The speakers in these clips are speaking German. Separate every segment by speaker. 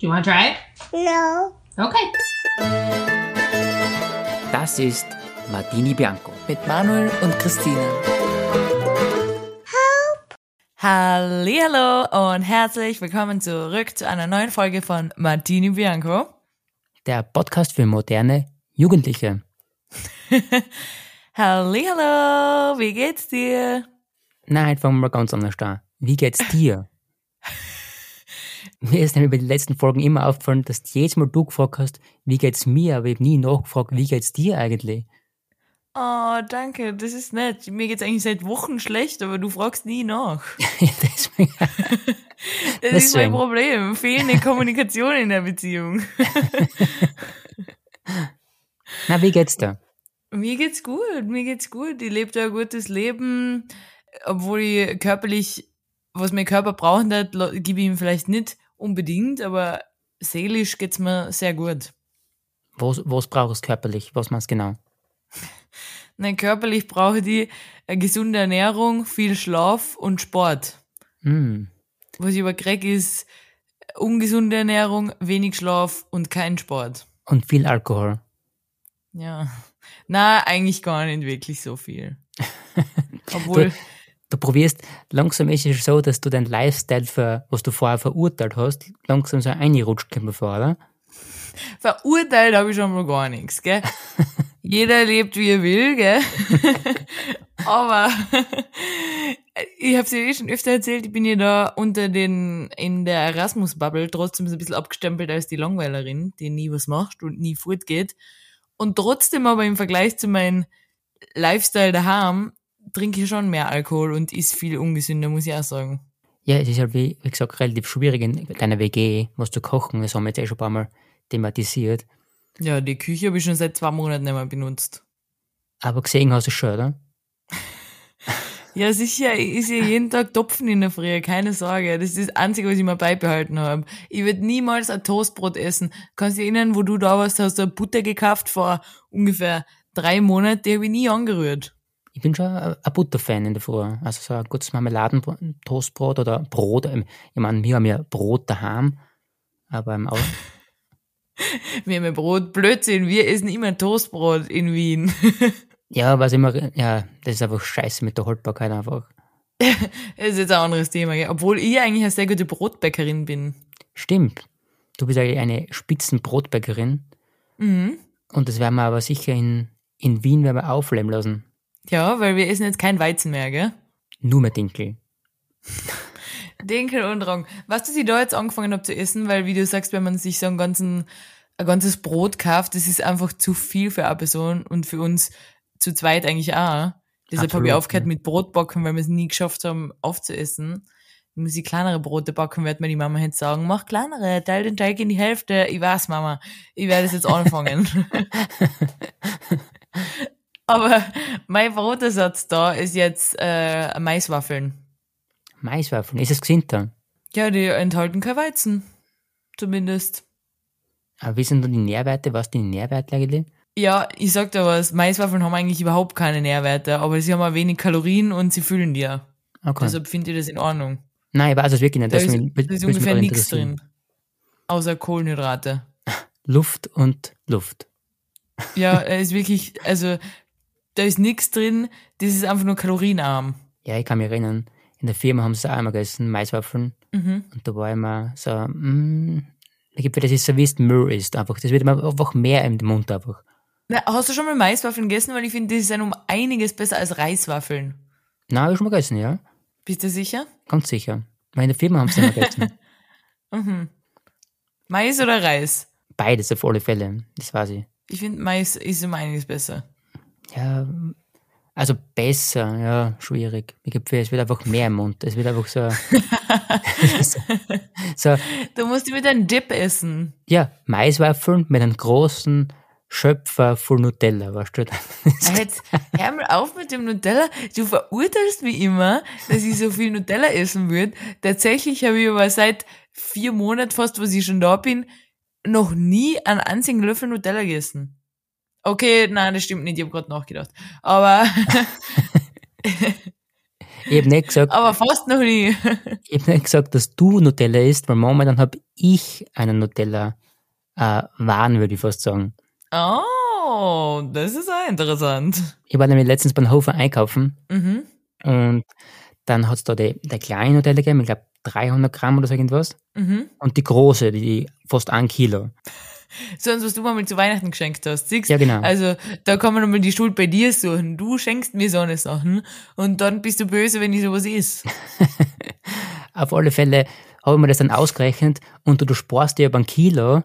Speaker 1: Do you want to try it?
Speaker 2: No.
Speaker 1: Okay.
Speaker 3: Das ist Martini Bianco.
Speaker 4: mit Manuel und Christine. Hallo und herzlich willkommen zurück zu einer neuen Folge von Martini Bianco.
Speaker 3: Der Podcast für moderne Jugendliche.
Speaker 4: Hallo, wie geht's dir?
Speaker 3: Nein, fangen wir ganz anders an. Wie geht's dir? mir ist nämlich bei den letzten Folgen immer aufgefallen, dass jedes Mal du gefragt hast, wie geht's mir, aber ich habe nie nachgefragt, wie geht's dir eigentlich?
Speaker 4: Oh, danke, das ist nett. Mir geht's eigentlich seit Wochen schlecht, aber du fragst nie nach.
Speaker 3: Deswegen,
Speaker 4: Das ist mein
Speaker 3: Deswegen.
Speaker 4: Problem. Fehlende Kommunikation in der Beziehung.
Speaker 3: na, wie geht's dir?
Speaker 4: Mir geht's gut, mir geht's gut. Ich lebe da ein gutes Leben, obwohl ich körperlich, was mein Körper brauchen hat, lo- gebe ich ihm vielleicht nicht unbedingt, aber seelisch geht's mir sehr gut.
Speaker 3: Was, was brauchst du körperlich? Was meinst du genau?
Speaker 4: Nein, körperlich brauche ich eine gesunde Ernährung, viel Schlaf und Sport.
Speaker 3: Hm.
Speaker 4: Was ich aber krieg, ist äh, ungesunde Ernährung, wenig Schlaf und kein Sport.
Speaker 3: Und viel Alkohol.
Speaker 4: Ja. Na, eigentlich gar nicht wirklich so viel. Obwohl,
Speaker 3: Du probierst, langsam ist es so, dass du deinen Lifestyle, für, was du vorher verurteilt hast, langsam so eingerutscht, kommt mir vor, oder?
Speaker 4: verurteilt habe ich schon mal gar nichts, gell? Jeder lebt, wie er will, gell? Aber ich habe es ja eh schon öfter erzählt, ich bin ja da unter den, in der Erasmus-Bubble trotzdem so ein bisschen abgestempelt als die Langweilerin, die nie was macht und nie fortgeht. Und trotzdem aber im Vergleich zu meinem Lifestyle daheim trinke ich schon mehr Alkohol und ist viel ungesünder, muss ich auch sagen.
Speaker 3: Ja, es ist halt, wie, wie gesagt, relativ schwierig in deiner WG, was zu kochen. Das haben wir jetzt eh schon ein paar Mal thematisiert.
Speaker 4: Ja, die Küche habe ich schon seit zwei Monaten nicht mehr benutzt.
Speaker 3: Aber gesehen hast du es schon, oder?
Speaker 4: Ja, sicher, ist ja jeden Tag Topfen in der Früh, keine Sorge. Das ist das Einzige, was ich mir beibehalten habe. Ich würde niemals ein Toastbrot essen. Kannst du dich erinnern, wo du da warst, hast du eine Butter gekauft vor ungefähr drei Monaten, die habe ich nie angerührt.
Speaker 3: Ich bin schon ein ein Butterfan in der Früh. Also so ein gutes Marmeladen-Toastbrot oder Brot. Ähm, Ich meine, wir haben ja Brot daheim. Aber im Au-
Speaker 4: Wir haben ja Brot, Blödsinn, wir essen immer Toastbrot in Wien.
Speaker 3: ja, was immer, ja, das ist einfach scheiße mit der Haltbarkeit einfach.
Speaker 4: Das ist jetzt ein anderes Thema, gell? obwohl ich eigentlich eine sehr gute Brotbäckerin bin.
Speaker 3: Stimmt. Du bist eigentlich eine Spitzenbrotbäckerin.
Speaker 4: Mhm.
Speaker 3: Und das werden wir aber sicher in, in Wien werden wir aufleben lassen.
Speaker 4: Ja, weil wir essen jetzt kein Weizen mehr, gell?
Speaker 3: Nur mit Dinkel.
Speaker 4: Dinkel und Rong. Was du sie da jetzt angefangen habt zu essen, weil wie du sagst, wenn man sich so einen ganzen, ein ganzes Brot kauft, das ist einfach zu viel für eine Person und für uns zu zweit eigentlich auch. Deshalb habe
Speaker 3: Absolut,
Speaker 4: ich
Speaker 3: ja.
Speaker 4: aufgehört mit Brotbacken, weil wir es nie geschafft haben, aufzuessen. Ich muss ich kleinere Brote backen, wird mir die Mama jetzt sagen, mach kleinere, teil den Teig in die Hälfte. Ich weiß, Mama, ich werde es jetzt anfangen. Aber mein Brotersatz da ist jetzt äh, Maiswaffeln.
Speaker 3: Maiswaffeln. Ist es gesünder?
Speaker 4: Ja, die enthalten kein Weizen. Zumindest.
Speaker 3: Aber Ah, wie sind dann die Nährwerte? Was die Nährwerte eigentlich?
Speaker 4: Ja, ich sag dir was, Maiswaffeln haben eigentlich überhaupt keine Nährwerte, aber sie haben auch wenig Kalorien und sie füllen dir.
Speaker 3: Okay.
Speaker 4: Deshalb finde ich das in Ordnung.
Speaker 3: Also, Nein, ich weiß es wirklich nicht.
Speaker 4: Da ist,
Speaker 3: Deswegen
Speaker 4: da
Speaker 3: will-
Speaker 4: ist
Speaker 3: will's mich
Speaker 4: ungefähr
Speaker 3: auch
Speaker 4: nichts
Speaker 3: interessieren.
Speaker 4: drin. Außer Kohlenhydrate.
Speaker 3: Luft und Luft.
Speaker 4: Ja, er ist wirklich, also da ist nichts drin, das ist einfach nur kalorienarm.
Speaker 3: Ja, ich kann mich erinnern, in der Firma haben sie auch einmal gegessen, Maiswaffeln.
Speaker 4: Mhm.
Speaker 3: Und da war immer so, mm, da gibt es so, wie es Müll ist. Einfach. Das wird immer einfach mehr im Mund einfach.
Speaker 4: Na, hast du schon mal Maiswaffeln gegessen? Weil ich finde, die sind um einiges besser als Reiswaffeln.
Speaker 3: Nein, habe ich schon mal gegessen, ja.
Speaker 4: Bist du sicher?
Speaker 3: Ganz sicher. Weil in der Firma haben sie immer gegessen.
Speaker 4: Mais oder Reis?
Speaker 3: Beides auf alle Fälle. Das weiß ich.
Speaker 4: Ich finde, Mais ist um einiges besser.
Speaker 3: Ja, also besser, ja, schwierig. Ich glaube, es wird einfach mehr im Mund. Es wird einfach so. so,
Speaker 4: Du musst die mit einem Dip essen.
Speaker 3: ja, Maiswaffeln mit einem großen Schöpfer voll Nutella, weißt du?
Speaker 4: Ah, Jetzt hör mal auf mit dem Nutella. Du verurteilst mich immer, dass ich so viel Nutella essen würde. Tatsächlich habe ich aber seit vier Monaten fast, was ich schon da bin, noch nie einen einzigen Löffel Nutella gegessen. Okay, nein, das stimmt nicht. Ich habe gerade nachgedacht. Aber
Speaker 3: Ich habe nicht gesagt,
Speaker 4: Aber fast noch nie.
Speaker 3: ich hab nicht gesagt, dass du Nutella isst, weil momentan habe ich einen Nutella äh, Wahn, würde ich fast sagen.
Speaker 4: Oh, das ist auch interessant.
Speaker 3: Ich war nämlich letztens beim Hofer einkaufen
Speaker 4: Mhm.
Speaker 3: und dann hat's da die, die kleine Nutella gegeben, ich glaube 300 Gramm oder so irgendwas.
Speaker 4: Mhm.
Speaker 3: Und die große, die fast ein Kilo.
Speaker 4: Sonst, was du mal zu Weihnachten geschenkt hast, siehst
Speaker 3: Ja, genau.
Speaker 4: Also, da kann man nochmal die Schuld bei dir suchen. Du schenkst mir so eine Sachen und dann bist du böse, wenn ich sowas is.
Speaker 3: Auf alle Fälle habe ich mir das dann ausgerechnet und du, du sparst dir über ein Kilo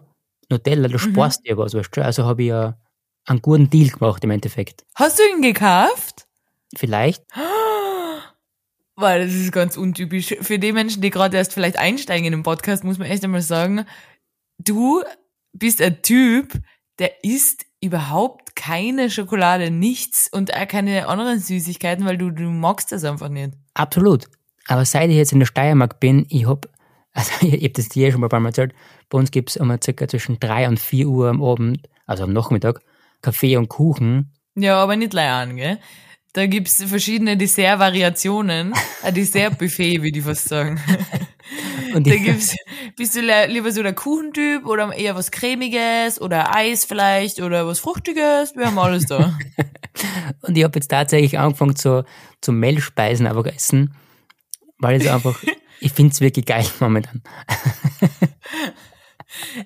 Speaker 3: Nutella,
Speaker 4: Mhm.
Speaker 3: du sparst dir was, weißt du? Also habe ich ja einen guten Deal gemacht im Endeffekt.
Speaker 4: Hast du ihn gekauft?
Speaker 3: Vielleicht,
Speaker 4: Weil das ist ganz untypisch. Für die Menschen, die gerade erst vielleicht einsteigen in den Podcast, muss man echt einmal sagen, du bist ein Typ, der isst überhaupt keine Schokolade, nichts und auch keine anderen Süßigkeiten, weil du, du magst das einfach nicht.
Speaker 3: absolut. Aber seit ich jetzt in der Steiermark bin, ich habe, also ich habe das dir schon mal ein paar Mal erzählt, bei uns gibt's immer circa zwischen 3 und 4 Uhr am Abend, also am Nachmittag, Kaffee und Kuchen.
Speaker 4: Ja, aber nicht gleich an, gell? Da gibt's verschiedene Dessertvariationen, ein Dessertbuffet, würde ich fast sagen.
Speaker 3: Und
Speaker 4: Da
Speaker 3: ich,
Speaker 4: gibt's, bist du le- lieber so der Kuchentyp oder eher was Cremiges oder Eis vielleicht oder was Fruchtiges? Wir haben alles da.
Speaker 3: und ich habe jetzt tatsächlich angefangen zu, zu Mehlspeisen einfach essen, weil ich es einfach, ich finde es wirklich geil momentan.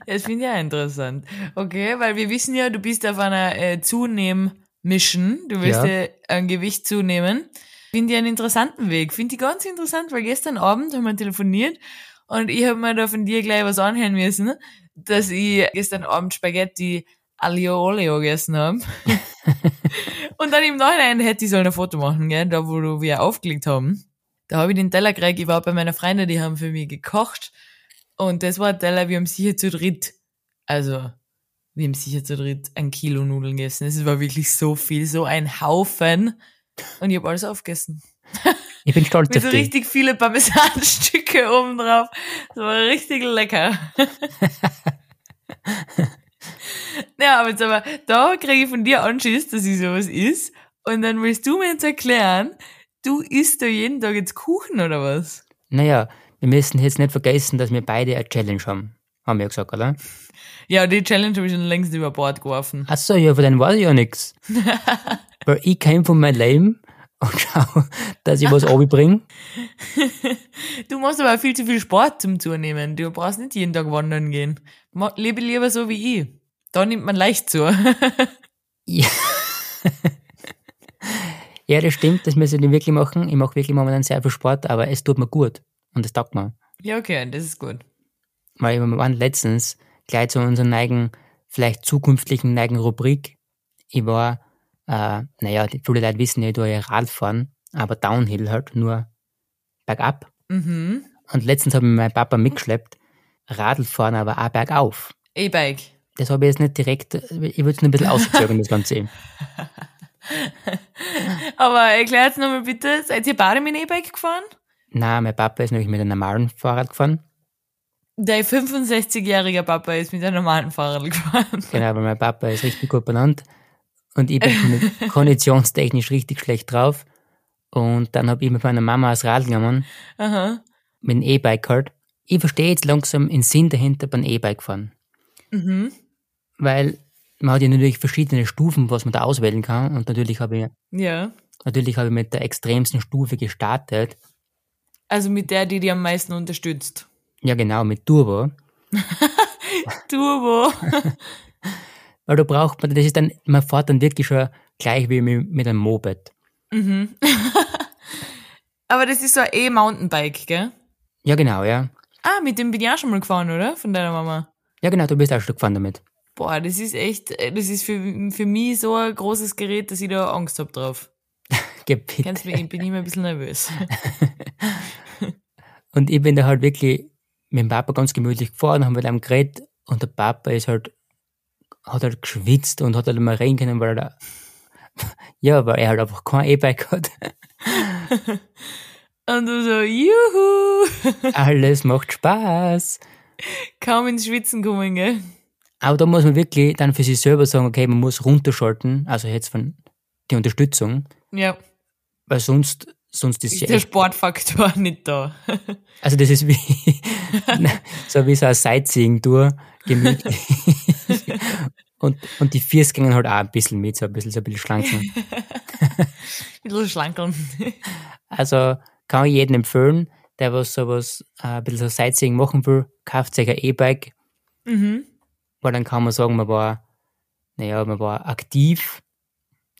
Speaker 4: Das finde ich ja interessant. Okay, weil wir wissen ja, du bist auf einer äh, Zunehm-Mission. Du willst
Speaker 3: Ja.
Speaker 4: ja. an Gewicht zunehmen. Finde ich einen interessanten Weg. Finde ich ganz interessant, weil gestern Abend haben wir telefoniert und ich habe mir da von dir gleich was anhören müssen, dass ich gestern Abend Spaghetti Aglio Olio gegessen habe. und dann im Nachhinein hätte ich sollen ein Foto machen, gell, da wo du- wir aufgelegt haben. Da habe ich den Teller gekriegt, ich war bei meiner Freundin, die haben für mich gekocht. Und das war ein Teller, wir haben sicher zu dritt, also, wir haben sicher zu dritt ein Kilo Nudeln gegessen. Es war wirklich so viel, so ein Haufen. Und ich habe alles aufgegessen.
Speaker 3: Ich bin stolz
Speaker 4: Mit so
Speaker 3: auf dich.
Speaker 4: richtig viele Parmesanstücke oben drauf. Das war richtig lecker. ja, aber jetzt aber, da kriege ich von dir Anschiss, dass ich sowas isst. Und dann willst du mir jetzt erklären, du isst da jeden Tag jetzt Kuchen oder was?
Speaker 3: Naja, wir müssen jetzt nicht vergessen, dass wir beide eine Challenge haben. Haben wir ja gesagt, oder?
Speaker 4: Ja, die Challenge habe ich schon längst über Bord geworfen.
Speaker 3: Ach so, ja, von denen weiß ich ja nix. Weil ich käme von meinem Leben und schau, dass ich was runterbringe.
Speaker 4: Du machst aber viel zu viel Sport zum Zunehmen. Du brauchst nicht jeden Tag wandern gehen. Ma- Lebe lieber so wie ich. Da nimmt man leicht zu.
Speaker 3: Ja, das stimmt, das müssen wir wirklich machen. Ich mache wirklich momentan sehr viel Sport, aber es tut mir gut. Und das taugt mir.
Speaker 4: ja, okay, das ist gut.
Speaker 3: Weil wir waren letztens gleich zu unserer neigen, vielleicht zukünftigen neigen Rubrik. Ich war, äh, naja, die- viele Leute wissen ja, ich tue ja Radfahren, aber Downhill halt, nur bergab.
Speaker 4: Mhm.
Speaker 3: Und letztens habe ich meinen Papa mitgeschleppt, Radl fahren, aber auch bergauf.
Speaker 4: E-Bike.
Speaker 3: Das habe ich jetzt nicht direkt, ich würde es nur ein bisschen ausgezogen, das Ganze.
Speaker 4: Aber erklärt's nochmal bitte. Seid ihr beide mit dem E-Bike gefahren?
Speaker 3: Na, mein Papa ist nämlich mit einem normalen Fahrrad gefahren.
Speaker 4: Dein 65-jähriger Papa ist mit einem normalen Fahrrad gefahren.
Speaker 3: Genau, weil mein Papa ist richtig gut benannt. Und ich bin kondi- konditionstechnisch richtig schlecht drauf. Und dann habe ich mit meiner Mama das Radl genommen,
Speaker 4: Aha.
Speaker 3: mit dem E-Bike halt. Ich verstehe jetzt langsam den Sinn dahinter beim E-Bike fahren.
Speaker 4: Mhm.
Speaker 3: Weil man hat ja natürlich verschiedene Stufen, was man da auswählen kann. Und natürlich habe ich,
Speaker 4: Ja.
Speaker 3: natürlich habe ich mit der extremsten Stufe gestartet.
Speaker 4: Also mit der, die dich am meisten unterstützt.
Speaker 3: Ja, genau, mit Turbo.
Speaker 4: Turbo.
Speaker 3: Weil da braucht man, das ist dann, man fährt dann wirklich schon gleich wie mit mit einem Moped.
Speaker 4: mhm. Aber das ist so ein E-Mountainbike, gell?
Speaker 3: Ja, genau, ja.
Speaker 4: Ah, mit dem bin ich auch schon mal gefahren, oder? Von deiner Mama.
Speaker 3: Ja, genau, du bist auch schon gefahren damit.
Speaker 4: Boah, das ist echt, äh, das ist für, für mich so ein großes Gerät, dass ich da Angst hab drauf.
Speaker 3: Geh bitte.
Speaker 4: Kannst mir, ich bin immer ein bisschen nervös.
Speaker 3: Und ich bin da halt wirklich mit dem Papa ganz gemütlich gefahren, haben mit einem geredet und der Papa ist halt, hat halt geschwitzt und hat halt mal reden können, weil er, ja, weil er halt einfach kein E-Bike hat.
Speaker 4: Und du so, juhu,
Speaker 3: Alles macht Spaß.
Speaker 4: kaum ins Schwitzen kommen, gell?
Speaker 3: Aber da muss man wirklich dann für sich selber sagen, okay, man muss runterschalten, also jetzt von die Unterstützung,
Speaker 4: Ja,
Speaker 3: weil sonst sonst ist
Speaker 4: Ist
Speaker 3: ja
Speaker 4: der
Speaker 3: echt,
Speaker 4: Sportfaktor nicht da?
Speaker 3: also das ist wie, so wie so eine Sightseeing-Tour, gemütlich. und, und die Viers gingen halt auch ein bisschen mit, so ein bisschen, so ein bisschen schlanken.
Speaker 4: Ein bisschen schlankeln.
Speaker 3: Also kann ich jedem empfehlen, der was sowas, äh, ein bisschen so Sightseeing machen will, kauft sich ein E-Bike,
Speaker 4: Mhm.
Speaker 3: weil dann kann man sagen, man war, naja, man war aktiv,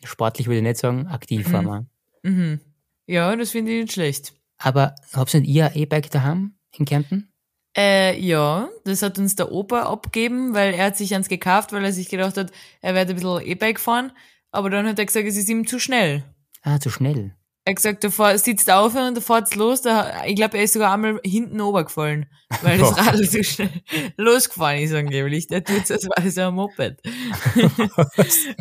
Speaker 3: sportlich würde ich nicht sagen, aktiv war
Speaker 4: Mhm.
Speaker 3: man.
Speaker 4: Mhm. Ja, das finde ich nicht schlecht.
Speaker 3: Aber habt ihr nicht ihr ein E-Bike daheim in Kärnten?
Speaker 4: Äh, ja, das hat uns der Opa abgeben, weil er hat sich eins gekauft, weil er sich gedacht hat, er wird ein bisschen E-Bike fahren. Aber dann hat er gesagt, es ist ihm zu schnell.
Speaker 3: Ah, zu schnell.
Speaker 4: Er hat gesagt, da fahr- sitzt auf und da fahrt's los. Da, ich glaube, er ist sogar einmal hinten runtergefallen, weil das
Speaker 3: Boah.
Speaker 4: Radl so schnell losgefahren ist angeblich. Der tut's, als war das ein Moped.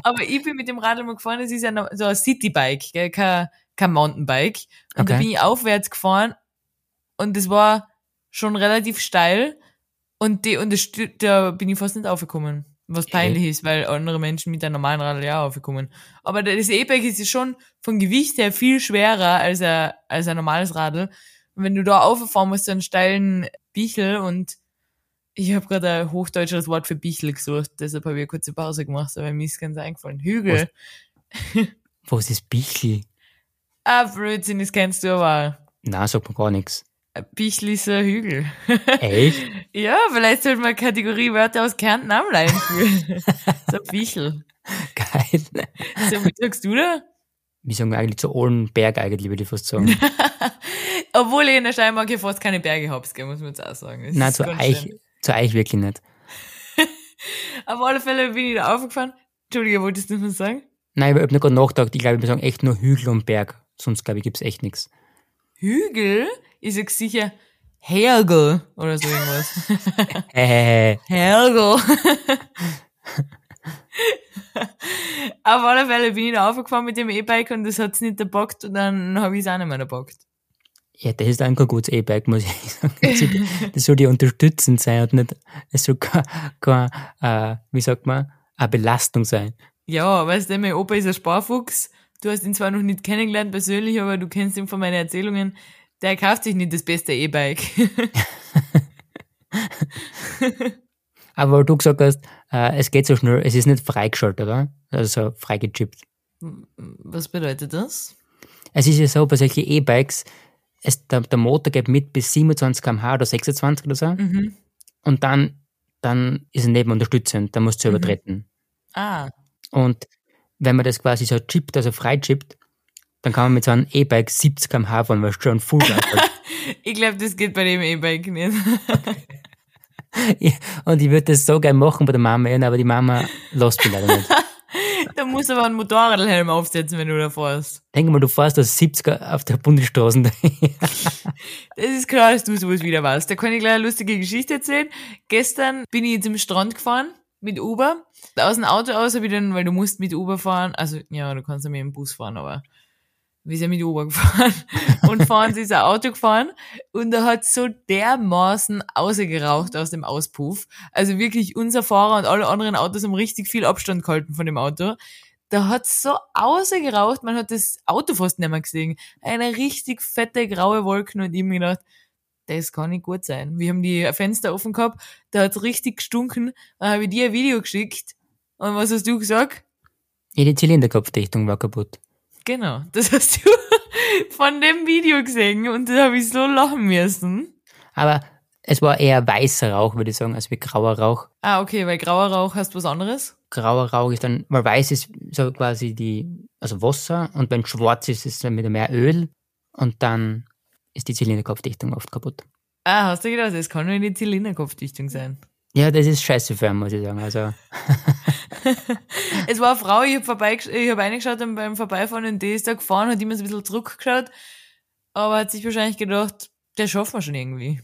Speaker 4: Aber ich bin mit dem Radl mal gefahren, das ist ein, so ein Citybike, gell, kein, kein Mountainbike. Und da
Speaker 3: Okay.
Speaker 4: bin ich aufwärts gefahren und das war schon relativ steil und, die, und das, Stü- da bin ich fast nicht aufgekommen. Was peinlich ist, weil andere Menschen mit einem normalen Radl ja auch aufgekommen. Aber das E-Bike ist ja schon vom Gewicht her viel schwerer als ein, als ein normales Radl. Und wenn du da auffahren musst, so einen steilen Bichel und ich habe gerade ein hochdeutsches Wort für Bichel gesucht, deshalb habe ich eine kurze Pause gemacht, aber mir ist ganz eingefallen. Hügel.
Speaker 3: Was ist Bichl?
Speaker 4: Ah, Blödsinn, das kennst du aber.
Speaker 3: Na, sagt man gar nichts.
Speaker 4: Ein Bichel ist ein Hügel.
Speaker 3: Echt?
Speaker 4: ja, vielleicht sollten wir Kategorie Wörter aus Kärnten am Lein führen. so ein Bichel.
Speaker 3: Geil.
Speaker 4: So, wie sagst du da?
Speaker 3: Wir sagen eigentlich zu allen Berg eigentlich, würde ich fast sagen.
Speaker 4: Obwohl ich in der Steiermark ja fast keine Berge habt, gell, muss man jetzt auch sagen. Das
Speaker 3: Nein,
Speaker 4: ist
Speaker 3: zu
Speaker 4: ganz
Speaker 3: Eich,
Speaker 4: schön.
Speaker 3: zu Eich wirklich nicht.
Speaker 4: Auf alle Fälle bin ich da aufgefahren. Entschuldige, wolltest du noch was sagen?
Speaker 3: Nein, ich habe noch gerade nachgedacht, ich glaube, wir sagen echt nur Hügel und Berg. Sonst, glaube ich, gibt's echt nichts.
Speaker 4: Hügel? Ich sag sicher Hergel oder so irgendwas.
Speaker 3: Äh,
Speaker 4: Hergel. Auf alle Fälle bin ich da aufgefahren mit dem E-Bike und das hat's nicht gepackt und dann habe ich es auch nicht mehr gepackt.
Speaker 3: ja, das ist auch kein gutes E-Bike, muss ich sagen. Das soll- Das soll ja unterstützend sein und nicht, es soll kein, kein äh, wie sagt man, eine Belastung sein.
Speaker 4: Ja, weißt du, mein Opa ist ein Sparfuchs. Du hast ihn zwar noch nicht kennengelernt persönlich, aber du kennst ihn von meinen Erzählungen. Der kauft sich nicht das beste E-Bike.
Speaker 3: Aber weil du gesagt hast, äh, es geht so schnell, es ist nicht freigeschaltet, oder? Also freigechippt.
Speaker 4: Was bedeutet das?
Speaker 3: Es ist ja so, bei solchen E-Bikes, es, der, der Motor geht mit bis 27 km/h oder 26 oder so.
Speaker 4: Mhm.
Speaker 3: Und dann, dann ist er neben unterstützend, dann musst du selber
Speaker 4: Mhm.
Speaker 3: treten.
Speaker 4: Ah,
Speaker 3: Und wenn man das quasi so chippt, also frei chippt, dann kann man mit so einem E-Bike 70 km/h fahren, weil es schon full hat.
Speaker 4: ich glaube, das geht bei dem E-Bike nicht.
Speaker 3: Ja, Und ich würde das so gerne machen bei der Mama, aber die Mama lässt mich leider nicht.
Speaker 4: Da musst du aber einen Motorradhelm aufsetzen, wenn du da fährst.
Speaker 3: Denk mal, du fährst aus 70er auf der Bundesstraße.
Speaker 4: Das ist klar, dass du sowas wieder warst. Da kann ich gleich eine lustige Geschichte erzählen. Gestern bin ich zum Strand gefahren mit Uber. Aus dem Auto aus habe ich dann, weil du musst mit Uber fahren. Also, ja, du kannst ja mit dem Bus fahren, aber wir sind mit Uber gefahren. Und vor uns ist ein Auto gefahren und da hat so dermaßen ausgeraucht aus dem Auspuff. Also wirklich unser Fahrer und alle anderen Autos haben richtig viel Abstand gehalten von dem Auto. Da hat so ausgeraucht, man hat das Auto fast nicht mehr gesehen. Eine richtig fette graue Wolken und ich hab mir gedacht, das kann nicht gut sein. Wir haben die Fenster offen gehabt, da hat's richtig gestunken. Dann habe ich dir ein Video geschickt und was hast du gesagt?
Speaker 3: Ja, die Zylinderkopfdichtung war kaputt.
Speaker 4: Genau, das hast du von dem Video gesehen und da habe ich so lachen müssen.
Speaker 3: Aber es war eher weißer Rauch, würde ich sagen, als wie grauer Rauch.
Speaker 4: Ah, okay, weil grauer Rauch hast was anderes?
Speaker 3: grauer Rauch ist dann, weil weiß ist so quasi die, also Wasser und wenn schwarz ist, ist dann wieder mehr Öl und dann ist die Zylinderkopfdichtung oft kaputt.
Speaker 4: Ah, hast du gedacht, das kann nur die Zylinderkopfdichtung sein.
Speaker 3: Ja, das ist scheiße für einen, muss ich sagen. Also,
Speaker 4: Es war eine Frau, ich habe vorbeigesch- ich hab reingeschaut und beim Vorbeifahren und die ist da gefahren, hat immer so ein bisschen zurückgeschaut, aber hat sich wahrscheinlich gedacht, das schaffen wir schon irgendwie.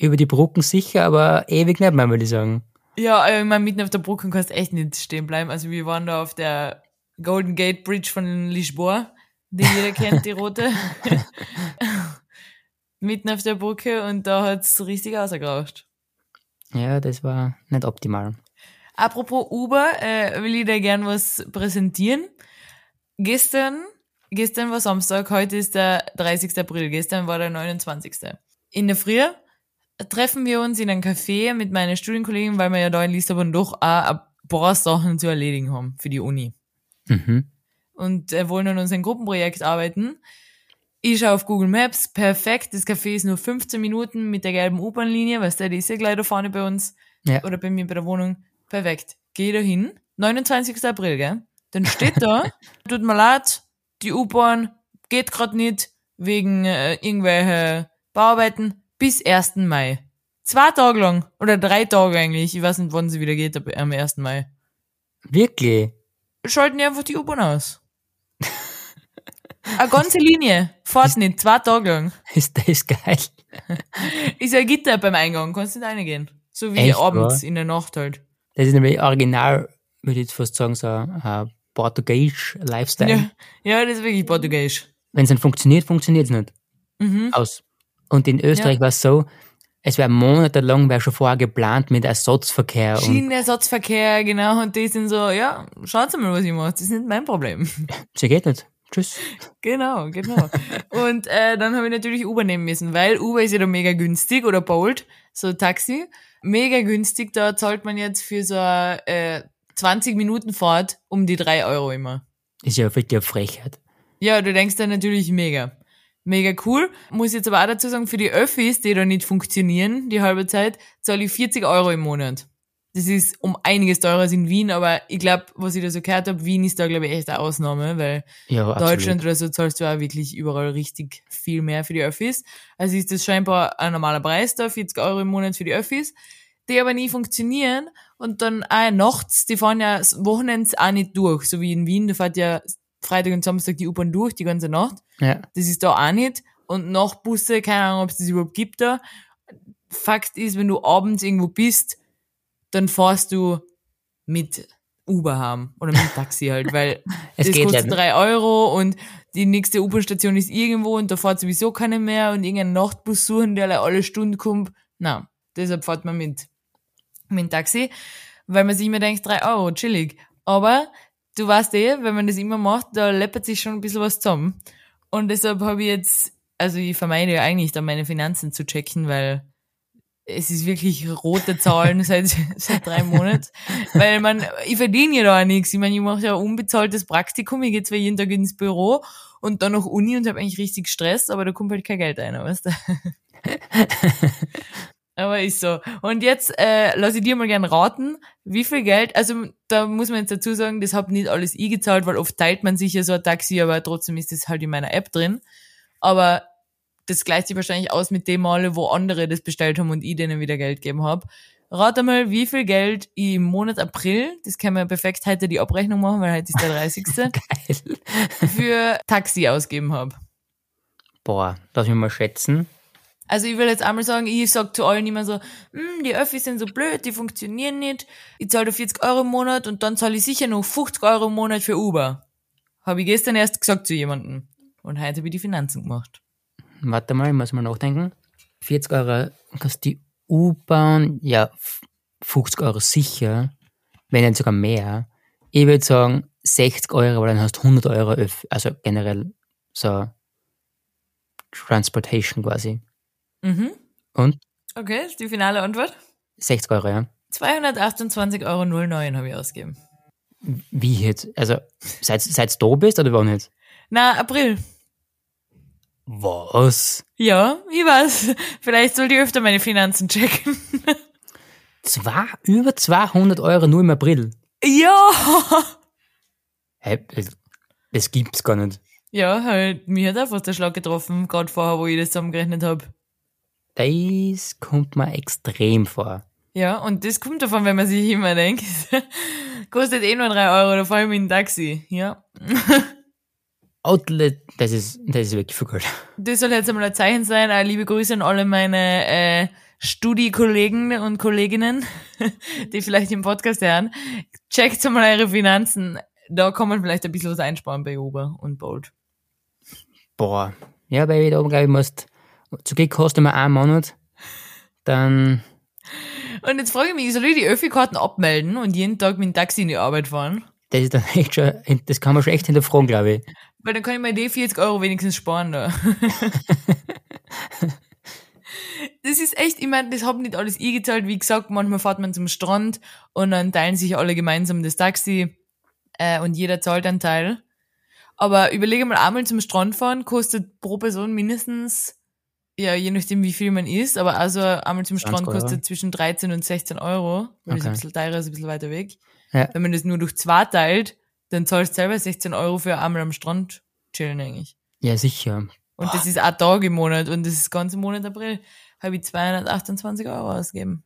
Speaker 3: über die Brücken sicher, aber ewig nicht mehr, würde ich sagen.
Speaker 4: Ja, aber ich meine, mitten auf der Brücke kannst echt nicht stehen bleiben. Also wir waren da auf der Golden Gate Bridge von Lisboa, die jeder kennt, die rote. mitten auf der Brücke und da hat's richtig ausgeraucht.
Speaker 3: Ja, das war nicht optimal.
Speaker 4: Apropos Uber, äh, will ich da gern was präsentieren. Gestern gestern war Samstag, heute ist der 30. April, gestern war der 29. In der Früh treffen wir uns in einem Café mit meinen Studienkollegen, weil wir ja da in Lissabon doch auch ein paar Sachen zu erledigen haben für die Uni.
Speaker 3: Mhm.
Speaker 4: Und äh, wollen an unserem Gruppenprojekt arbeiten. Ich schaue auf Google Maps, perfekt, das Café ist nur 15 Minuten mit der gelben U-Bahn-Linie, weißt du, die ist ja gleich da vorne bei uns
Speaker 3: Ja.
Speaker 4: oder bei mir bei der Wohnung. Perfekt. Geh da hin, 29. April, gell? Dann steht da, tut mir leid, die U-Bahn geht gerade nicht wegen äh, irgendwelche Bauarbeiten bis 1. Mai. Zwei Tage lang oder drei Tage eigentlich, ich weiß nicht, wann sie wieder geht, aber am 1. Mai.
Speaker 3: Wirklich?
Speaker 4: Schalten die einfach die U-Bahn aus. Eine ganze Linie, fahrt nicht, zwei Tage lang.
Speaker 3: Ist das geil?
Speaker 4: Ist ja Gitter beim Eingang, kannst nicht reingehen. So wie
Speaker 3: Echt,
Speaker 4: abends in der Nacht halt.
Speaker 3: Das ist nämlich original, würde ich jetzt fast sagen, so ein äh, portugiesisch Lifestyle.
Speaker 4: Ja, ja, das ist wirklich portugiesisch.
Speaker 3: Wenn es nicht funktioniert, funktioniert es nicht.
Speaker 4: Mhm.
Speaker 3: Aus. Und in Österreich war es so, es war monatelang wär schon vorher geplant mit Ersatzverkehr und
Speaker 4: Schienenersatzverkehr, genau, und die sind so, ja, schaut mal, was ich mache, das ist nicht mein Problem.
Speaker 3: sie geht nicht. Tschüss.
Speaker 4: genau, genau. und äh, dann habe ich natürlich Uber nehmen müssen, weil Uber ist ja da mega günstig oder Bolt, so Taxi, mega günstig, da zahlt man jetzt für so eine äh, 20 Minuten Fahrt um die drei Euro immer.
Speaker 3: Ist ja wirklich eine Frechheit.
Speaker 4: Ja, du denkst dann natürlich mega. Mega cool. Muss jetzt aber auch dazu sagen, für die Öffis, die da nicht funktionieren, die halbe Zeit, zahle ich 40 Euro im Monat. Das ist um einiges teurer als in Wien, aber ich glaube, was ich da so gehört habe, Wien ist da, glaube ich, echt eine Ausnahme, weil
Speaker 3: Ja, absolut.
Speaker 4: Deutschland oder so zahlst du auch wirklich überall richtig viel mehr für die Öffis. Also ist das scheinbar ein normaler Preis da, 40 Euro im Monat für die Öffis, die aber nie funktionieren und dann auch nachts, die fahren ja s- wochenends auch nicht durch, so wie in Wien, da fährt ja Freitag und Samstag die U-Bahn durch, die ganze Nacht.
Speaker 3: Ja.
Speaker 4: Das ist da auch nicht. Und Nachtbusse, keine Ahnung, ob es das überhaupt gibt da. Fakt ist, wenn du abends irgendwo bist, dann fährst du mit Uber haben oder mit Taxi halt, weil
Speaker 3: Es
Speaker 4: das
Speaker 3: geht
Speaker 4: kostet
Speaker 3: nicht.
Speaker 4: drei Euro und die nächste U-Bahn-Station ist irgendwo und da fährt sowieso keine mehr und irgendeinen Nachtbus suchen, der alle- alle Stunden kommt. Na, deshalb fährt man mit, mit dem Taxi, weil man sich immer denkt, drei Euro, chillig. Aber du weißt eh, wenn man das immer macht, da läppert sich schon ein bisschen was zusammen. Und deshalb habe ich jetzt, also ich vermeide ja eigentlich, da meine Finanzen zu checken, weil es ist wirklich rote Zahlen seit, seit drei Monaten. Weil man, ich verdiene ja da auch nichts. Ich meine, ich mache ja ein unbezahltes Praktikum, ich gehe zwar jeden Tag ins Büro und dann noch Uni und habe eigentlich richtig Stress, aber da kommt halt kein Geld ein, weißt du? aber ist so. Und jetzt äh, lasse ich dir mal gern raten, wie viel Geld, also da muss man jetzt dazu sagen, das habe nicht alles ich gezahlt, weil oft teilt man sich ja so ein Taxi, aber trotzdem ist das halt in meiner App drin. Aber das gleicht sich wahrscheinlich aus mit dem Male, wo andere das bestellt haben und ich denen wieder Geld gegeben habe. Rat einmal, wie viel Geld ich im Monat April, das kann man ja perfekt heute die Abrechnung machen, weil heute ist der 30.
Speaker 3: Geil.
Speaker 4: für Taxi ausgeben habe.
Speaker 3: Boah, lass mich mal schätzen.
Speaker 4: Also ich will jetzt einmal sagen, ich sag zu allen immer so, "Hm, die Öffis sind so blöd, die funktionieren nicht, ich zahle 40 Euro im Monat und dann zahle ich sicher noch 50 Euro im Monat für Uber. Habe ich gestern erst gesagt zu jemandem. Und heute habe ich die Finanzen gemacht.
Speaker 3: Warte mal, ich muss mal nachdenken. 40 Euro kostet die U-Bahn, ja, f- 50 Euro sicher, wenn nicht sogar mehr. Ich würde sagen 60 Euro, weil dann hast du 100 Euro, Öff- also generell so Transportation quasi.
Speaker 4: Mhm.
Speaker 3: Und?
Speaker 4: Okay, ist die finale Antwort.
Speaker 3: 60 Euro, ja.
Speaker 4: 228,09 Euro habe ich ausgegeben.
Speaker 3: Wie jetzt? Also, seit, seit du da bist oder wann jetzt?
Speaker 4: Na, April.
Speaker 3: Was?
Speaker 4: Ja, ich weiß. Vielleicht sollte ich öfter meine Finanzen checken.
Speaker 3: Zwei, über 200 Euro nur im April.
Speaker 4: Ja!
Speaker 3: Hä? das- Das gibt's gar nicht.
Speaker 4: Ja, halt, mir hat auch fast der Schlag getroffen, gerade vorher, wo ich das zusammengerechnet habe.
Speaker 3: Das kommt mir extrem vor.
Speaker 4: Ja, und das kommt davon, wenn man sich immer denkt, kostet eh nur drei Euro, da fahre ich mit dem Taxi. Ja.
Speaker 3: Outlet, das ist, das ist wirklich viel Geld.
Speaker 4: Das soll jetzt einmal ein Zeichen sein. Äh, Liebe Grüße an alle meine äh, Studi-Kollegen und Kolleginnen, die vielleicht den Podcast hören. Checkt mal eure Finanzen. Da kann man vielleicht ein bisschen was einsparen bei Uber und Bolt.
Speaker 3: Boah. Ja, Baby, da oben, glaube ich, musst, zu Glück kostet mir einen Monat, dann,
Speaker 4: Und jetzt frage ich mich, soll ich die Öffi-Karten abmelden und jeden Tag mit dem Taxi in die Arbeit fahren?
Speaker 3: das ist dann echt schon, das kann man schon echt hinterfragen, glaube ich.
Speaker 4: Weil dann kann ich mir die 40 Euro wenigstens sparen da. das ist echt, ich meine, das hab nicht alles ich gezahlt. Wie gesagt, manchmal fährt man zum Strand und dann teilen sich alle gemeinsam das Taxi äh, und jeder zahlt einen Teil. Aber überlege mal, einmal zum Strand fahren kostet pro Person mindestens, ja, je nachdem wie viel man isst, aber also einmal zum
Speaker 3: 20
Speaker 4: Strand
Speaker 3: Euro.
Speaker 4: kostet zwischen 13 und 16 Euro, weil das
Speaker 3: Okay.
Speaker 4: ein bisschen teurer ist, ein bisschen weiter weg.
Speaker 3: Ja.
Speaker 4: Wenn man das nur durch zwei teilt, dann zahlst du selber 16 Euro für einmal am Strand chillen eigentlich.
Speaker 3: Ja, sicher.
Speaker 4: Und das ist ein Tag im Monat und das ist ganze Monat April, habe ich 228 Euro ausgegeben.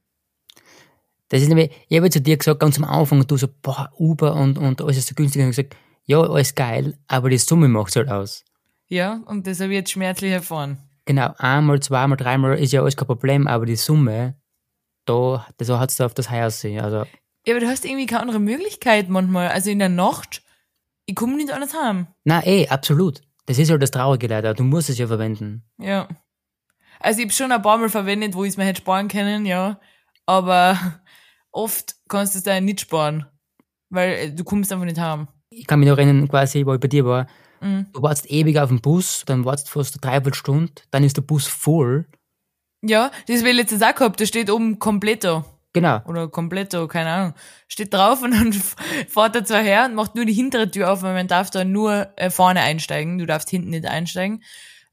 Speaker 3: Das ist nämlich, ich habe zu dir gesagt, ganz am Anfang, und du so, boah, Uber und, und alles ist so günstig. Und ich hab gesagt, ja, alles geil, aber die Summe macht's halt aus.
Speaker 4: Ja, und das habe ich jetzt schmerzlich erfahren.
Speaker 3: Genau, einmal, zweimal, dreimal ist ja alles kein Problem, aber die Summe, da, das hat's da auf das High aussehen. Also,
Speaker 4: Ja, aber du hast irgendwie keine andere Möglichkeit manchmal. Also in der Nacht, ich komme nicht anders heim.
Speaker 3: na eh, absolut. Das ist halt das Traurige leider. Du musst es ja verwenden.
Speaker 4: Ja. Also ich habe schon ein paar Mal verwendet, wo ich es mir hätte sparen können, ja. Aber oft kannst du es da nicht sparen. Weil äh, du kommst einfach nicht heim.
Speaker 3: Ich kann mich noch erinnern, quasi, wo ich bei dir war,
Speaker 4: Mhm.
Speaker 3: du wartest ewig auf den Bus, dann wartest fast eine Dreiviertelstunde, dann ist der Bus voll.
Speaker 4: Ja, das will ich letztes auch gehabt. Da steht oben Completo.
Speaker 3: Genau.
Speaker 4: Oder Completo, keine Ahnung. Steht drauf und dann fährt er zwar her und macht nur die hintere Tür auf, weil man darf da nur äh, vorne einsteigen. Du darfst hinten nicht einsteigen.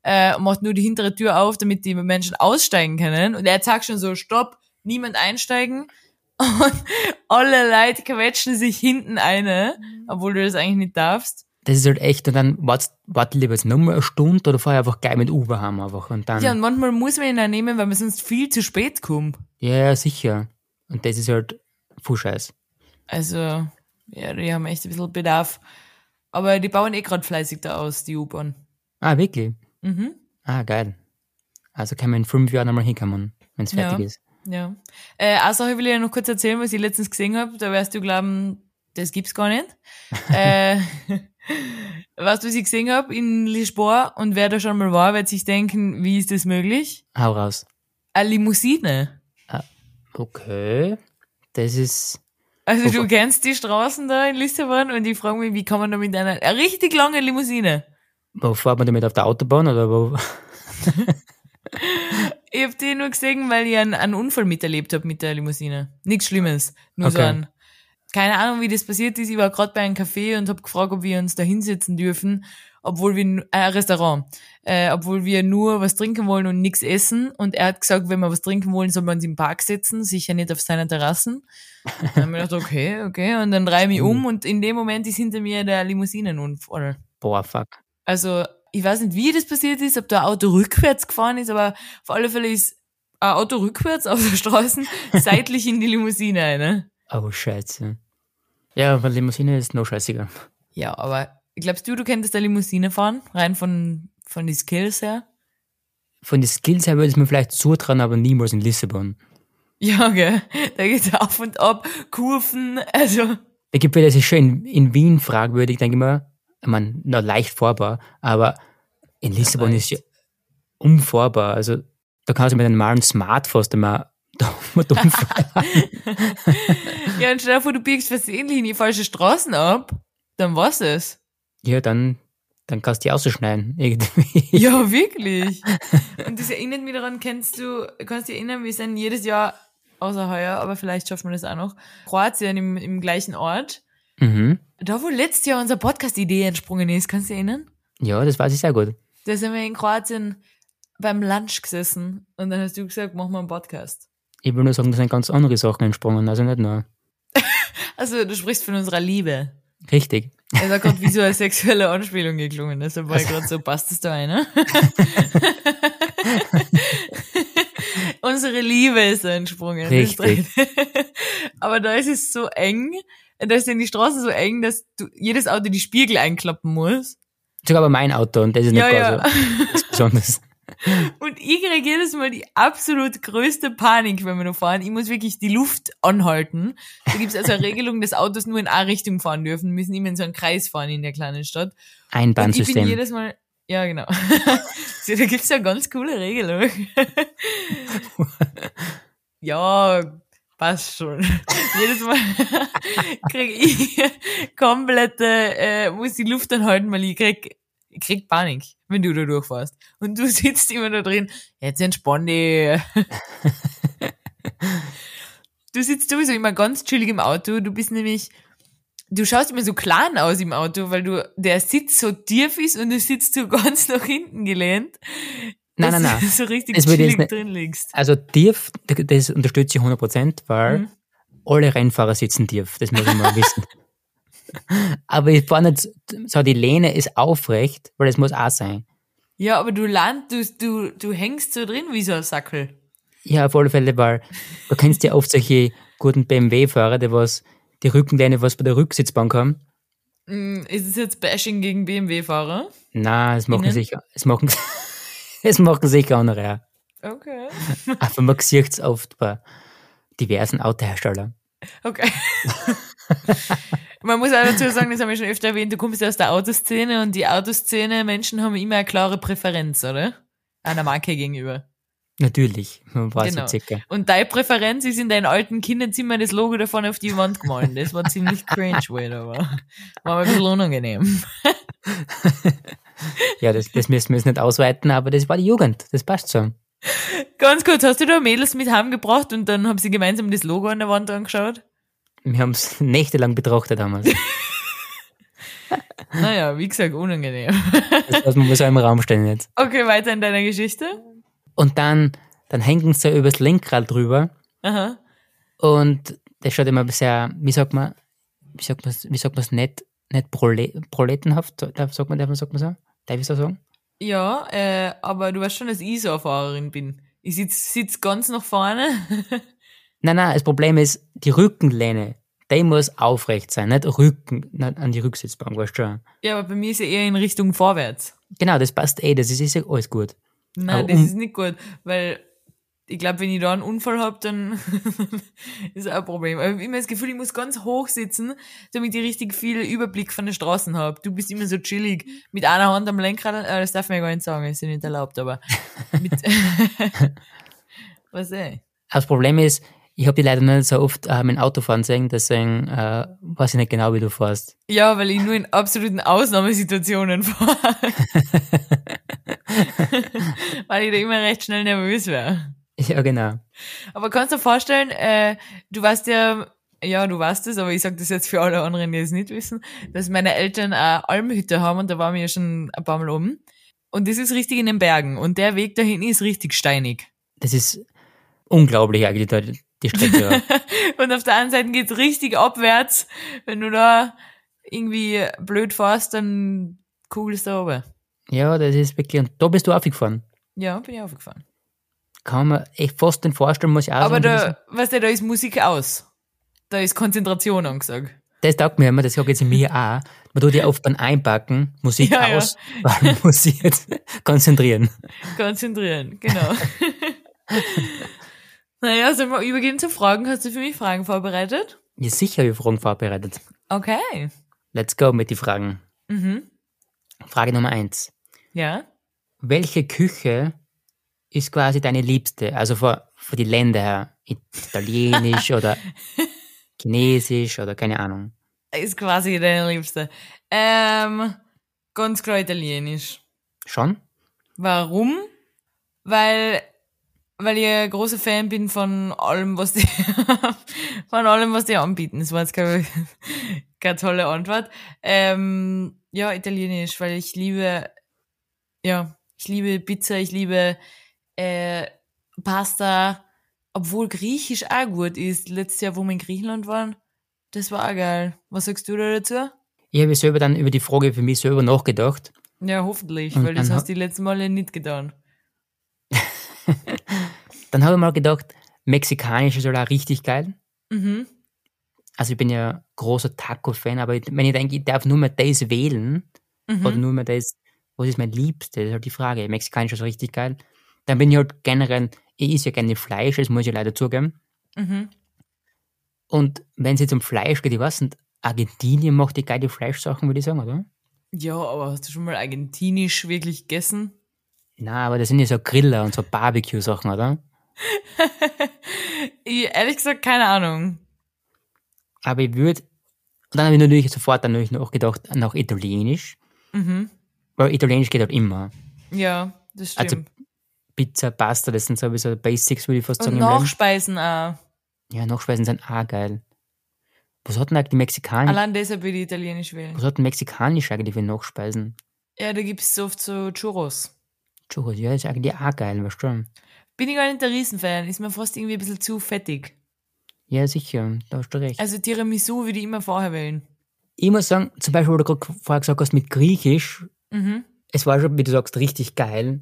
Speaker 4: Äh, und macht nur die hintere Tür auf, damit die Menschen aussteigen können. Und er sagt schon so, stopp, niemand einsteigen. Und alle Leute quetschen sich hinten eine, obwohl du das eigentlich nicht darfst.
Speaker 3: Das ist halt echt, und dann wartest, warte lieber jetzt nochmal eine Stunde oder fahr einfach gleich mit Uber heim einfach. Und dann,
Speaker 4: Ja,
Speaker 3: ja,
Speaker 4: und manchmal muss man ihn auch nehmen, weil man sonst viel zu spät kommt.
Speaker 3: ja, sicher. Und das ist halt voll scheiß.
Speaker 4: Also, ja, die haben echt ein bisschen Bedarf. Aber die bauen eh gerade fleißig da aus, die U-Bahn.
Speaker 3: Ah, wirklich?
Speaker 4: Mhm.
Speaker 3: Ah, geil. Also kann man in fünf Jahren einmal hinkommen, wenn es fertig
Speaker 4: Ja.
Speaker 3: ist.
Speaker 4: Ja. Äh, eine Sache will ich ja noch kurz erzählen, was ich letztens gesehen habe. Da wirst du glauben, das gibt's gar nicht. äh, weißt du, was ich gesehen habe in Lisboa und wer da schon mal war, wird sich denken, wie ist das möglich?
Speaker 3: Hau raus.
Speaker 4: Eine Limousine.
Speaker 3: Okay. Das ist.
Speaker 4: Also
Speaker 3: Super.
Speaker 4: du kennst die Straßen da in Lissabon und ich frage mich, wie kann man da mit einer eine richtig lange Limousine?
Speaker 3: Wo fährt man damit auf der Autobahn oder wo?
Speaker 4: Ich hab die nur gesehen, weil ich einen, einen Unfall miterlebt hab mit der Limousine. Nichts Schlimmes. Nur so
Speaker 3: Okay.
Speaker 4: ein. Keine Ahnung, wie das passiert ist. Ich war gerade bei einem Café und hab gefragt, ob wir uns da hinsetzen dürfen, obwohl wir n- äh, ein Restaurant, äh, obwohl wir nur was trinken wollen und nichts essen. Und er hat gesagt, wenn wir was trinken wollen, soll man uns im Park setzen, sicher nicht auf seiner Terrassen. Dann hab ich mir gedacht, okay, okay. Und dann drehe ich mich um und in dem Moment ist hinter mir der Limousinenunfall.
Speaker 3: Boah, fuck.
Speaker 4: Also, ich weiß nicht, wie das passiert ist, ob da ein Auto rückwärts gefahren ist, aber auf alle Fälle ist ein Auto rückwärts auf der Straße seitlich in die Limousine ne? eine.
Speaker 3: Oh, scheiße. Ja, weil Limousine ist noch scheißiger.
Speaker 4: Ja, aber glaubst du, du könntest da Limousine fahren? Rein von, von den Skills her?
Speaker 3: Von den Skills her würde ich es mir vielleicht zutrauen, aber niemals in Lissabon.
Speaker 4: Ja, gell. Da geht's auf und ab, Kurven, also.
Speaker 3: Da gibt es, das ist schön in, in Wien fragwürdig, denke ich mir. Ich meine, na, leicht fahrbar, aber in Lissabon ist ja unfahrbar. Also, da kannst du mit einem normalen Smartphone immer dumm
Speaker 4: Ja, und stell dir vor, du biegst versehentlich in die falsche Straßen ab, dann war's es.
Speaker 3: Ja, dann, dann kannst du die ausschneiden, irgendwie.
Speaker 4: Ja, wirklich. Und das erinnert mich daran, kennst du, kannst du dich erinnern, wir sind jedes Jahr, außer heuer, aber vielleicht schaffen wir das auch noch, Kroatien im, im gleichen Ort.
Speaker 3: Mhm.
Speaker 4: Da, wo letztes Jahr unser Podcast-Idee entsprungen ist, kannst du dich erinnern?
Speaker 3: Ja, das weiß ich sehr gut.
Speaker 4: Da sind wir in Kroatien beim Lunch gesessen und dann hast du gesagt, machen wir einen Podcast.
Speaker 3: Ich will nur sagen, da sind ganz andere Sachen entsprungen, also nicht nur.
Speaker 4: Also, du sprichst von unserer Liebe.
Speaker 3: Richtig.
Speaker 4: Es hat gerade wie so eine sexuelle Anspielung geklungen. Deshalb war ich gerade so, passt es da ne? ein, Unsere Liebe ist entsprungen. Das
Speaker 3: Richtig.
Speaker 4: dreht- Aber da ist es so eng, da ist denn die Straße so eng, dass du jedes Auto die Spiegel einklappen muss.
Speaker 3: Sogar bei mein Auto und das ist nicht
Speaker 4: Ja,
Speaker 3: gar
Speaker 4: ja.
Speaker 3: so was Besonderes.
Speaker 4: Und ich krieg jedes Mal die absolut größte Panik, wenn wir noch fahren. Ich muss wirklich die Luft anhalten. Da gibt's also eine Regelung, dass Autos nur in eine Richtung fahren dürfen, müssen immer in so einen Kreis fahren in der kleinen Stadt. Und Also, ich bin
Speaker 3: Einbahnsystem.
Speaker 4: jedes Mal, ja, genau. so, da gibt's ja ganz coole Regelung. ja, passt schon. jedes Mal krieg ich komplette, äh, muss die Luft anhalten, weil ich krieg Ich krieg Panik, wenn du da durchfährst. Und du sitzt immer da drin, jetzt entspann dich. du sitzt sowieso immer ganz chillig im Auto. Du bist nämlich, du schaust immer so klein aus im Auto, weil du, der Sitz so tief ist und du sitzt so ganz nach hinten gelehnt.
Speaker 3: Nein,
Speaker 4: dass
Speaker 3: nein,
Speaker 4: du
Speaker 3: nein.
Speaker 4: So richtig
Speaker 3: Das würde ich
Speaker 4: chillig
Speaker 3: jetzt
Speaker 4: drin liegst.
Speaker 3: Also tief, das unterstütze ich 100%, weil
Speaker 4: Mhm.
Speaker 3: alle Rennfahrer sitzen tief, das muss man mal wissen. Aber ich fand jetzt, so die Lehne ist aufrecht, weil das muss auch sein.
Speaker 4: Ja, aber du landest, du, du, du hängst so drin wie so ein Sackel.
Speaker 3: Ja, auf alle Fälle, weil du kennst ja oft solche guten BMW-Fahrer, die was, die Rückenlehne was bei der Rücksitzbank haben.
Speaker 4: Mm, Ist es jetzt Bashing gegen BMW-Fahrer?
Speaker 3: Na, es machen
Speaker 4: Innen?
Speaker 3: sich, es machen, es machen sich andere auch.
Speaker 4: Okay.
Speaker 3: Aber man sieht es oft bei diversen Autoherstellern.
Speaker 4: Okay. Man muss auch dazu sagen, das haben wir schon öfter erwähnt, du kommst ja aus der Autoszene und die Autoszene, Menschen haben immer eine klare Präferenz, oder? Einer Marke gegenüber.
Speaker 3: Natürlich, man weiß
Speaker 4: Genau.
Speaker 3: ja circa.
Speaker 4: Und deine Präferenz ist in deinem alten Kinderzimmer das Logo davon auf die Wand gemalt. Das war ziemlich cringe, weird, aber war mir ein bisschen unangenehm.
Speaker 3: Ja, das, das müssen wir jetzt nicht ausweiten, aber das war die Jugend, das passt schon.
Speaker 4: Ganz kurz, hast du da Mädels mit heimgebracht und dann haben sie gemeinsam das Logo an der Wand angeschaut?
Speaker 3: Wir haben es nächtelang betrachtet damals.
Speaker 4: Naja, wie gesagt, unangenehm.
Speaker 3: Das lassen wir so im Raum stehen jetzt.
Speaker 4: Okay, weiter in deiner Geschichte.
Speaker 3: Und dann, dann hängen sie übers Lenkrad drüber
Speaker 4: Aha.
Speaker 3: und das schaut immer sehr, wie sagt man, wie sagt man, wie sagt man es nicht, nicht prole proletenhaft, darf, sagt man, darf man, sagt man so? Darf ich so sagen?
Speaker 4: Ja, äh, aber du weißt schon, dass ich so eine Fahrerin bin. Ich sitz, sitz ganz nach vorne.
Speaker 3: Nein, nein, das Problem ist, die Rückenlehne, die muss aufrecht sein, nicht Rücken, nicht an die Rücksitzbank, weißt du schon.
Speaker 4: ja, aber bei mir ist ja eher in Richtung vorwärts.
Speaker 3: Genau, das passt eh, das ist, ist ja alles gut.
Speaker 4: Nein,
Speaker 3: Aber
Speaker 4: das
Speaker 3: um-
Speaker 4: ist nicht gut, weil ich glaube, wenn ich da einen Unfall hab, dann ist auch ein Problem. Aber ich hab immer das Gefühl, ich muss ganz hoch sitzen, damit ich richtig viel Überblick von den Straßen hab. Du bist immer so chillig mit einer Hand am Lenkrad. Äh, das darf man ja gar nicht sagen, ist ja nicht erlaubt, aber mit. Was ey?
Speaker 3: Aber Das Problem ist, ich habe die Leute nicht so oft äh, mit dem Auto fahren sehen, deswegen äh, weiß ich nicht genau, wie du fährst.
Speaker 4: Ja, weil ich nur in absoluten Ausnahmesituationen fahre. weil ich da immer recht schnell nervös wäre.
Speaker 3: Ja, genau.
Speaker 4: Aber kannst du dir vorstellen, äh, du warst ja, ja, du weißt es, aber ich sag das jetzt für alle anderen, die es nicht wissen, dass meine Eltern eine Almhütte haben und da waren wir ja schon ein paar Mal oben. Und das ist richtig in den Bergen und der Weg dahin ist richtig steinig.
Speaker 3: Das ist unglaublich eigentlich, da die die Strecke.
Speaker 4: Und auf der anderen Seite geht's richtig abwärts. Wenn du da irgendwie blöd fährst, dann kugelst du oben.
Speaker 3: ja, das ist wirklich, und da bist du aufgefahren.
Speaker 4: Ja, bin ich aufgefahren.
Speaker 3: Kann man echt fast den vorstellen, muss ich auch
Speaker 4: Aber
Speaker 3: sagen. das
Speaker 4: da, weißt du, da ist Musik aus. Da ist Konzentration angesagt.
Speaker 3: ist- Das taugt mir immer, das sagt jetzt mir auch. Man tut ja oft beim Einpacken Musik
Speaker 4: Ja, ja.
Speaker 3: aus, weil man muss sich jetzt konzentrieren.
Speaker 4: Konzentrieren, genau. naja, sollen wir übergehen zu Fragen? Hast du für mich Fragen vorbereitet?
Speaker 3: Ja, sicher habe ich Fragen vorbereitet.
Speaker 4: Okay.
Speaker 3: Let's go mit den Fragen.
Speaker 4: Mhm.
Speaker 3: Frage Nummer eins.
Speaker 4: Ja.
Speaker 3: Welche Küche ist quasi deine liebste? Also von, von den Ländern her. Italienisch oder Chinesisch oder keine Ahnung.
Speaker 4: Ist quasi deine Liebste. Ähm, ganz klar italienisch.
Speaker 3: Schon?
Speaker 4: Warum? Weil, weil ich ein großer Fan bin von allem, was die, von allem, was die anbieten. Das war jetzt keine, keine tolle Antwort. Ähm, ja, italienisch, weil ich liebe, ja, ich liebe Pizza, ich liebe, äh, Pasta, obwohl griechisch auch gut ist. Letztes Jahr, wo wir in Griechenland waren, das war auch geil. Was sagst du da dazu?
Speaker 3: Ich habe selber dann über die Frage für mich selber nachgedacht.
Speaker 4: Ja, hoffentlich,
Speaker 3: Und
Speaker 4: weil das
Speaker 3: dann
Speaker 4: hast
Speaker 3: ha-
Speaker 4: du die letzten Male nicht getan.
Speaker 3: Dann habe ich mal gedacht, mexikanisch ist halt auch richtig geil.
Speaker 4: Mhm.
Speaker 3: Also ich bin ja großer Taco-Fan, aber ich- wenn ich denke, ich darf nur mehr das wählen
Speaker 4: Mhm.
Speaker 3: oder nur mehr das, was ist mein Liebste, das ist halt die Frage. Mexikanisch ist richtig geil. Dann bin ich halt generell, ich esse ja gerne Fleisch, das muss ich leider zugeben.
Speaker 4: Mhm.
Speaker 3: Und wenn es jetzt um Fleisch geht, ich weiß nicht, Argentinien macht die geile Fleischsachen, würde ich sagen, oder?
Speaker 4: Ja, aber hast du schon mal argentinisch wirklich gegessen?
Speaker 3: Na, aber das sind ja so Griller und so Barbecue-Sachen, oder?
Speaker 4: Ich, ehrlich gesagt, keine Ahnung.
Speaker 3: Aber ich würde, und dann habe ich natürlich sofort dann natürlich noch gedacht, nach Italienisch.
Speaker 4: Mhm.
Speaker 3: Weil Italienisch geht halt immer.
Speaker 4: Ja, das stimmt.
Speaker 3: Also, Pizza, Pasta, das sind sowieso Basics, würde ich fast
Speaker 4: Und
Speaker 3: sagen. im Leben.
Speaker 4: Nachspeisen auch.
Speaker 3: Mhm. Ja, Nachspeisen sind auch geil. Was hatten eigentlich die Mexikaner?
Speaker 4: Allein deshalb würde ich Italienisch wählen.
Speaker 3: Was hatten Mexikanisch eigentlich für Nachspeisen?
Speaker 4: Ja, da gibt's oft so Churros.
Speaker 3: Churros, ja, ist eigentlich auch geil, weißt du? schon.
Speaker 4: Bin ich gar nicht der Riesenfan, ist mir fast irgendwie ein bisschen zu fettig.
Speaker 3: Ja, sicher, da hast du recht.
Speaker 4: Also Tiramisu würde ich immer vorher wählen.
Speaker 3: ich muss sagen, zum Beispiel, wo du gerade vorher gesagt hast, mit Griechisch,
Speaker 4: Mhm.
Speaker 3: es war schon, wie du sagst, richtig geil.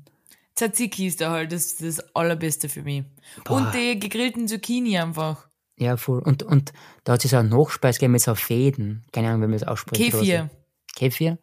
Speaker 4: Tzatziki ist da halt das, das Allerbeste für mich.
Speaker 3: Boah.
Speaker 4: Und die gegrillten Zucchini einfach.
Speaker 3: Ja, voll. Und, und da hat es so einen Nachspeis gegeben mit so Fäden. Keine Ahnung, wie man das ausspricht. oder
Speaker 4: Kefir.
Speaker 3: So. Kefir.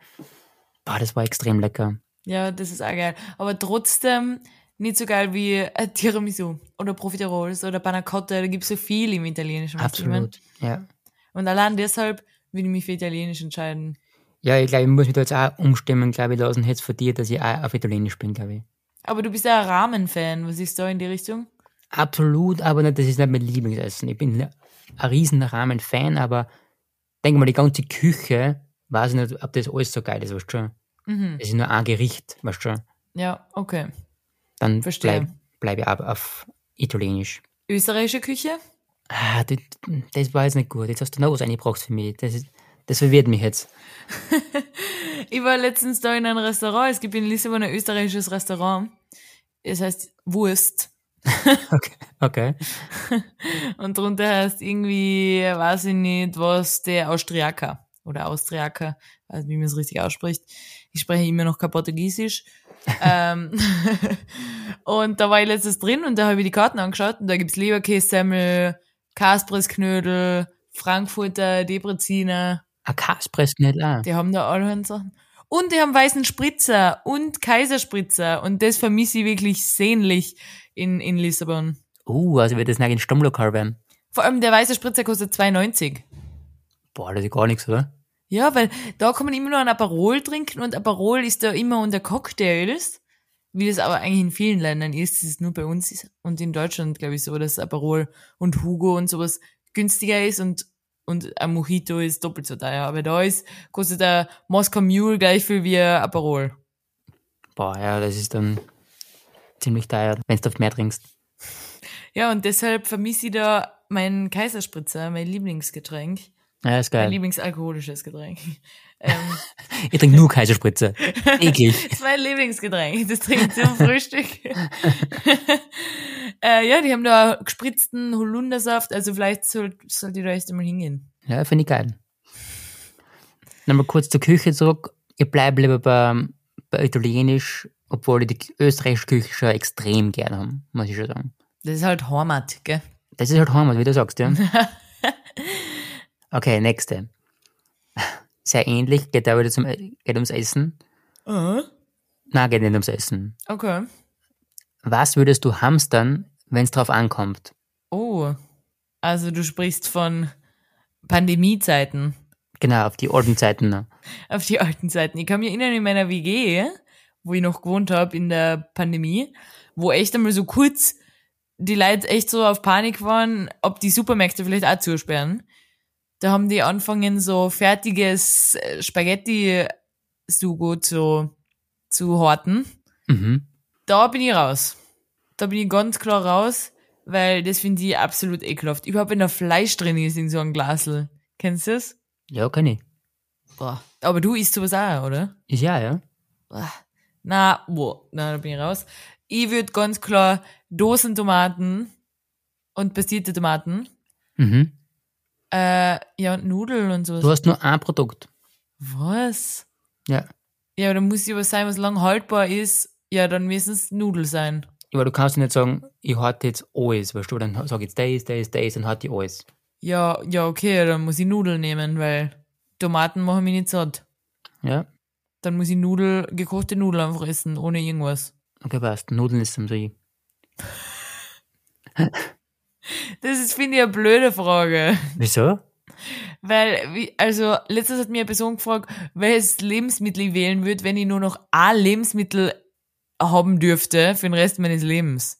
Speaker 3: Boah, das war extrem lecker.
Speaker 4: Ja, das ist auch geil. Aber trotzdem nicht so geil wie äh, Tiramisu oder Profiteroles oder Panna Cotta. Da gibt's so viel im Italienischen. weißt du, wie ich mein?
Speaker 3: Absolut. Ja.
Speaker 4: Und allein deshalb würde ich mich für Italienisch entscheiden.
Speaker 3: ja, ich glaube, ich muss mich da jetzt auch umstimmen, glaube ich, lassen jetzt von dir, dass ich auch auf Italienisch bin, glaube ich.
Speaker 4: Aber du bist ja ein Ramen-Fan. Was ist da in die Richtung?
Speaker 3: Absolut, aber nicht, das ist nicht mein Lieblingsessen. Ich bin ein riesen Ramen-Fan, aber denke mal, die ganze Küche, weiß ich nicht, ob das alles so geil ist, weißt du schon.
Speaker 4: Mhm.
Speaker 3: Es ist nur ein Gericht, weißt du schon.
Speaker 4: Ja, okay.
Speaker 3: Dann
Speaker 4: Verstehe.
Speaker 3: bleibe bleib ich ab auf Italienisch.
Speaker 4: Österreichische Küche?
Speaker 3: Ah, das, das war jetzt nicht gut. Jetzt hast du noch was eingebracht für mich. Das, ist, das verwirrt mich jetzt.
Speaker 4: Ich war letztens da in einem Restaurant. Es gibt in Lissabon ein österreichisches Restaurant. Es heißt Wurst.
Speaker 3: Okay. okay.
Speaker 4: Und drunter heißt irgendwie, weiß ich nicht, was der Austriaker oder Austriaker, weiß nicht, wie man es richtig ausspricht. Ich spreche immer noch kein Portugiesisch. ähm, und da war ich letztes drin und da habe ich die Karten angeschaut und da gibt's Leberkässemmel, Kaspresknödel, Frankfurter, Debreziner.
Speaker 3: Ein Kaspresknödel auch.
Speaker 4: Die haben da allerhand Sachen. Und die haben weißen Spritzer und Kaiserspritzer und das vermisse ich wirklich sehnlich in, in Lissabon.
Speaker 3: Uh, also wird das nicht ein Stammlokal werden.
Speaker 4: Vor allem der weiße Spritzer kostet 2,90.
Speaker 3: Boah, das ist gar nichts, oder?
Speaker 4: Ja, weil da kann man immer nur ein Aperol trinken und Aperol ist da immer unter Cocktails, wie das aber eigentlich in vielen Ländern ist. Es ist nur bei uns ist- und in Deutschland, glaube ich, so, dass Aperol und Hugo und sowas günstiger ist und und ein Mojito ist doppelt so teuer. Aber da ist, kostet der Moskau Mule gleich viel wie ein Aperol.
Speaker 3: Boah, ja, das ist dann ziemlich teuer, wenn du auf mehr trinkst.
Speaker 4: Ja, und deshalb vermisse ich da meinen Kaiserspritzer, mein Lieblingsgetränk,
Speaker 3: Ja, ist
Speaker 4: mein
Speaker 3: geil.
Speaker 4: Lieblingsalkoholisches Getränk. ähm,
Speaker 3: Ich trinke nur Kaiserspritze. Eklig.
Speaker 4: Das ist mein Lieblingsgetränk. Das trinke ich zum Frühstück. äh, ja, die haben da gespritzten Holundersaft. Also vielleicht soll, sollt ihr da echt einmal hingehen.
Speaker 3: Ja, finde ich geil. Nochmal kurz zur Küche zurück. Ich bleibe lieber bei, bei Italienisch, obwohl ich die österreichische Küche schon extrem gern habe, muss ich schon sagen.
Speaker 4: Das ist halt Hormat, gell?
Speaker 3: Das ist halt Heimat, wie du sagst, ja. okay, nächste. Sehr ähnlich, geht da wieder zum, geht ums Essen. Nein, geht nicht ums Essen.
Speaker 4: Okay.
Speaker 3: Was würdest du hamstern, wenn es drauf ankommt?
Speaker 4: Oh. Also du sprichst von Pandemiezeiten.
Speaker 3: Genau, auf die alten Zeiten noch.
Speaker 4: Auf die alten Zeiten. Ich kann mich erinnern, in meiner WG, wo ich noch gewohnt habe in der Pandemie, wo echt einmal so kurz die Leute echt so auf Panik waren, ob die Supermärkte vielleicht auch zusperren. Da haben die angefangen, so fertiges äh, Spaghetti-Sugo zu, zu horten.
Speaker 3: Mhm.
Speaker 4: Da bin ich raus. Da bin ich ganz klar raus, weil das finde ich absolut ekelhaft. Überhaupt, wenn da Fleisch drin ist in so einem Glasel. Kennst du das?
Speaker 3: Ja, kann ich.
Speaker 4: Boah. Aber du isst sowas auch, oder?
Speaker 3: Ist ja, ja.
Speaker 4: Ah, Na, wo? Na, da bin ich raus. Ich würde ganz klar Dosentomaten und passierte Tomaten.
Speaker 3: Mhm.
Speaker 4: Äh, ja, und Nudeln und sowas.
Speaker 3: Du hast nur ein Produkt.
Speaker 4: Was?
Speaker 3: Ja.
Speaker 4: Ja, aber dann muss ich was sein, was lang haltbar ist. Ja, dann müssen es Nudeln sein.
Speaker 3: Aber du kannst nicht sagen, ich hatte jetzt alles, weißt du, dann sag ich jetzt das, das, das, dann hatte ich alles.
Speaker 4: Ja, ja, okay, dann muss ich Nudeln nehmen, weil Tomaten machen mich nicht satt.
Speaker 3: Ja?
Speaker 4: Dann muss ich Nudel, gekochte Nudeln einfach essen, ohne irgendwas.
Speaker 3: Okay, passt. Nudeln ist zum See.
Speaker 4: Das ist, finde ich, eine blöde Frage.
Speaker 3: Wieso?
Speaker 4: Weil, wie- also, letztens hat mir eine Person gefragt, welches Lebensmittel ich wählen würde, wenn ich nur noch ein Lebensmittel haben dürfte für den Rest meines Lebens.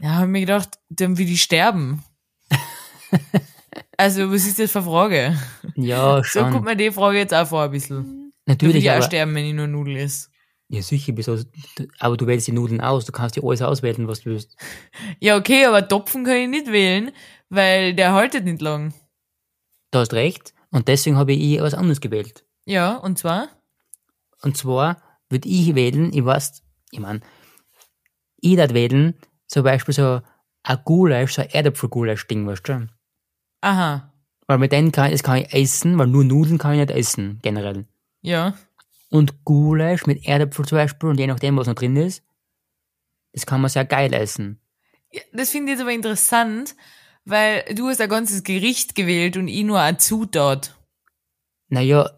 Speaker 4: Ja, habe mir gedacht, dann will ich sterben. also, was ist das für eine Frage?
Speaker 3: Ja,
Speaker 4: So
Speaker 3: schon.
Speaker 4: kommt mir die Frage jetzt auch vor ein bisschen. Da will
Speaker 3: Natürlich,
Speaker 4: ich auch
Speaker 3: aber,
Speaker 4: sterben, wenn ich nur Nudel esse.
Speaker 3: ja, sicher, wieso, aber du wählst die Nudeln aus, du kannst dir alles auswählen, was du willst.
Speaker 4: Ja, okay, aber Topfen kann ich nicht wählen, weil der haltet nicht lang.
Speaker 3: Du hast recht, und deswegen habe ich was anderes gewählt.
Speaker 4: Ja, und zwar?
Speaker 3: Und zwar würde ich wählen, ich weiß, ich mein, ich würde wählen, zum Beispiel so ein Gulasch, so ein Erdäpfel-Gulasch-Ding, weißt du?
Speaker 4: Aha,
Speaker 3: Weil mit denen kann, das kann ich essen, weil nur Nudeln kann ich nicht essen, generell.
Speaker 4: ja.
Speaker 3: Und Gulasch mit Erdäpfel zum Beispiel und je nachdem, was noch drin ist, das kann man sehr geil essen.
Speaker 4: Ja, Das finde ich jetzt aber interessant, weil du hast ein ganzes Gericht gewählt und ich nur eine Zutat.
Speaker 3: Naja,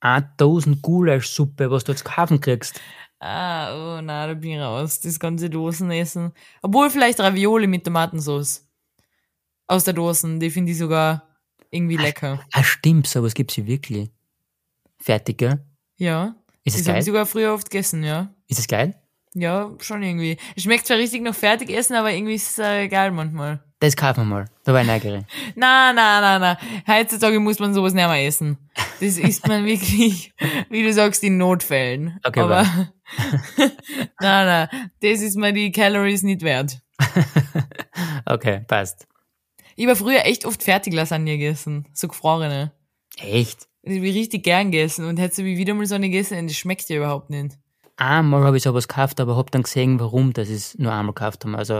Speaker 3: 1000 Gulaschsuppe, was du jetzt kaufen kriegst.
Speaker 4: Ah, oh, na, da bin ich raus. Das ganze Dosenessen. Obwohl vielleicht Ravioli mit Tomatensauce. Aus der Dosen, die finde ich sogar irgendwie lecker.
Speaker 3: Ah, stimmt, sowas gibt's hier wirklich. Fertig, gell?
Speaker 4: Ja.
Speaker 3: Ist es
Speaker 4: Das habe ich
Speaker 3: geil?
Speaker 4: sogar früher oft gegessen, ja.
Speaker 3: Ist es geil?
Speaker 4: Ja, schon irgendwie. Schmeckt zwar richtig nach Fertigessen, aber irgendwie ist es äh, egal manchmal.
Speaker 3: Das kaufen wir mal. Da war ich neugierig.
Speaker 4: Na, na, na, na. Heutzutage muss man sowas nicht mehr essen. Das isst man wirklich, wie du sagst, in Notfällen.
Speaker 3: Okay,
Speaker 4: aber na, na, das ist mir die Calories nicht wert.
Speaker 3: Okay, passt.
Speaker 4: Ich habe früher echt oft Fertiglasagne gegessen, so gefrorene.
Speaker 3: Echt?
Speaker 4: Und ich hab richtig gern gegessen und hätte wie wieder mal so eine gegessen und das schmeckt ja überhaupt nicht.
Speaker 3: Einmal habe ich sowas gekauft, aber habe dann gesehen, warum das ist nur einmal gekauft haben. Also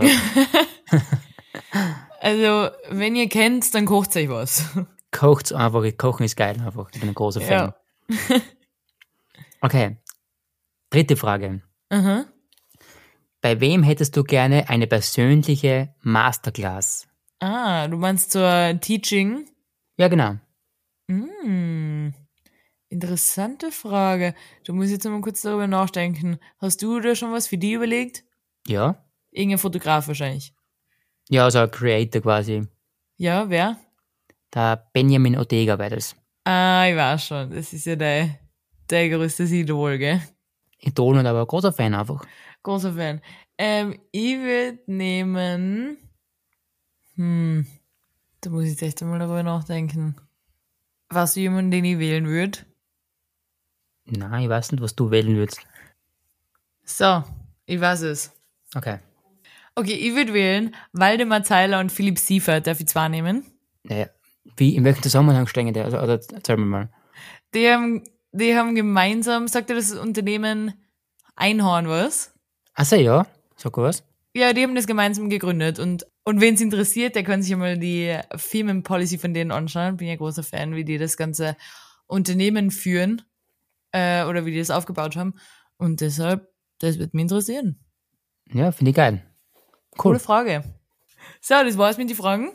Speaker 4: Also, wenn ihr kennt, dann kocht euch was.
Speaker 3: kocht's einfach. Kochen ist geil einfach. Ich bin ein großer Fan.
Speaker 4: Ja.
Speaker 3: Okay. Dritte Frage.
Speaker 4: Aha.
Speaker 3: Bei wem hättest du gerne eine persönliche Masterclass?
Speaker 4: Ah, du meinst zur Teaching?
Speaker 3: Ja, genau.
Speaker 4: Hm, interessante Frage. Du musst jetzt mal kurz darüber nachdenken. Hast du da schon was für die überlegt?
Speaker 3: Ja?
Speaker 4: Irgendein Fotograf wahrscheinlich.
Speaker 3: Ja, also ein Creator quasi.
Speaker 4: Ja, wer?
Speaker 3: Der Benjamin Ortega war das.
Speaker 4: Ah, ich weiß schon. Das ist ja dein, dein größtes Idol, gell?
Speaker 3: Idol und aber ein großer Fan einfach.
Speaker 4: Großer Fan. Ähm, ich würde nehmen. Hm, da muss ich jetzt echt mal darüber nachdenken. Was für jemanden, den ich wählen würde?
Speaker 3: Nein, ich weiß nicht, was du wählen würdest.
Speaker 4: So, ich weiß es.
Speaker 3: Okay.
Speaker 4: Okay, ich würde wählen Waldemar Zeiler und Philipp Siefert. Darf ich zwei nehmen?
Speaker 3: Naja, wie, in welchem Zusammenhang stehen die? Also, also erzähl mir mal.
Speaker 4: Die haben, die haben gemeinsam, sagt ihr das Unternehmen Einhorn was?
Speaker 3: Achso, Ah, ja. Sag was.
Speaker 4: Ja, die haben das gemeinsam gegründet und, und wen's interessiert, der kann sich einmal die Firmenpolicy von denen anschauen. Bin ja großer Fan, wie die das ganze Unternehmen führen äh, oder wie die das aufgebaut haben. Und deshalb, das wird mich interessieren.
Speaker 3: Ja, finde ich geil.
Speaker 4: Coole
Speaker 3: Cool.
Speaker 4: Frage. So, das war's mit den Fragen.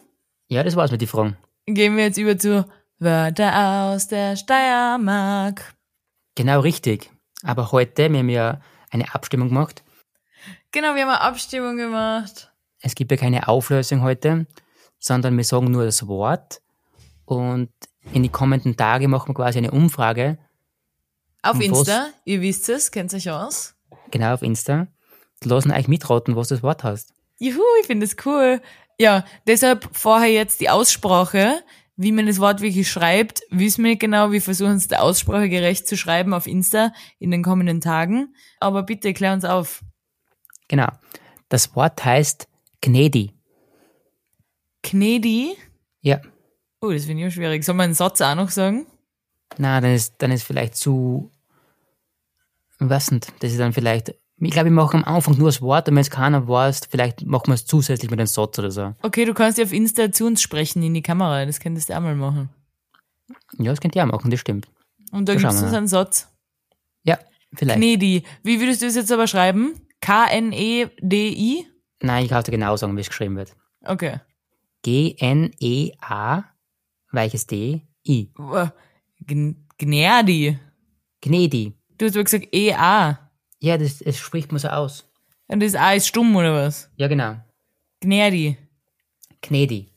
Speaker 3: Ja, das war's mit den Fragen.
Speaker 4: Gehen wir jetzt über zu Wörter aus der Steiermark.
Speaker 3: Genau richtig. Aber heute, wir haben ja eine Abstimmung gemacht.
Speaker 4: Genau, wir haben eine Abstimmung gemacht.
Speaker 3: Es gibt ja keine Auflösung heute, sondern wir sagen nur das Wort. Und in die kommenden Tage machen wir quasi eine Umfrage,
Speaker 4: Auf
Speaker 3: Und
Speaker 4: Insta, ihr wisst es, kennt euch aus.
Speaker 3: genau auf Insta. Die lassen euch mitraten, was das Wort heißt.
Speaker 4: Juhu, ich finde es cool. Ja, deshalb vorher jetzt die Aussprache. Wie man das Wort wirklich schreibt, wissen wir nicht genau. Wir versuchen es der Aussprache gerecht zu schreiben auf Insta in den kommenden Tagen. Aber bitte klär uns auf.
Speaker 3: Genau. Das Wort heißt Gnedi.
Speaker 4: Knedi.
Speaker 3: Ja.
Speaker 4: Oh, das finde ich auch schwierig. Soll man einen Satz auch noch sagen?
Speaker 3: Na, dann ist, dann ist vielleicht zu, was nicht, das ist dann vielleicht, ich glaube, ich mache am Anfang nur das Wort und wenn es keiner weiß, vielleicht machen wir es zusätzlich mit einem Satz oder so.
Speaker 4: Okay, du kannst ja auf Insta zu uns sprechen in die Kamera. Das könntest du auch mal machen.
Speaker 3: Ja, das könnt ihr auch machen, das stimmt.
Speaker 4: Und da
Speaker 3: Da
Speaker 4: gibst
Speaker 3: schauen
Speaker 4: du
Speaker 3: wir
Speaker 4: uns
Speaker 3: mal.
Speaker 4: einen Satz.
Speaker 3: Ja, vielleicht.
Speaker 4: Knedi. Wie würdest du es jetzt aber schreiben? E K-N-E-D-I?
Speaker 3: Nein, ich kann es dir genau sagen, wie es geschrieben wird.
Speaker 4: Okay.
Speaker 3: G-N-E-A, weiches D, I.
Speaker 4: Boah, Gn- Gnerdi.
Speaker 3: Gnedi.
Speaker 4: Du hast aber gesagt EA.
Speaker 3: Ja, das, das spricht man so aus.
Speaker 4: Und das A ist stumm oder was?
Speaker 3: Ja, genau.
Speaker 4: Gnerdi.
Speaker 3: Gnedi.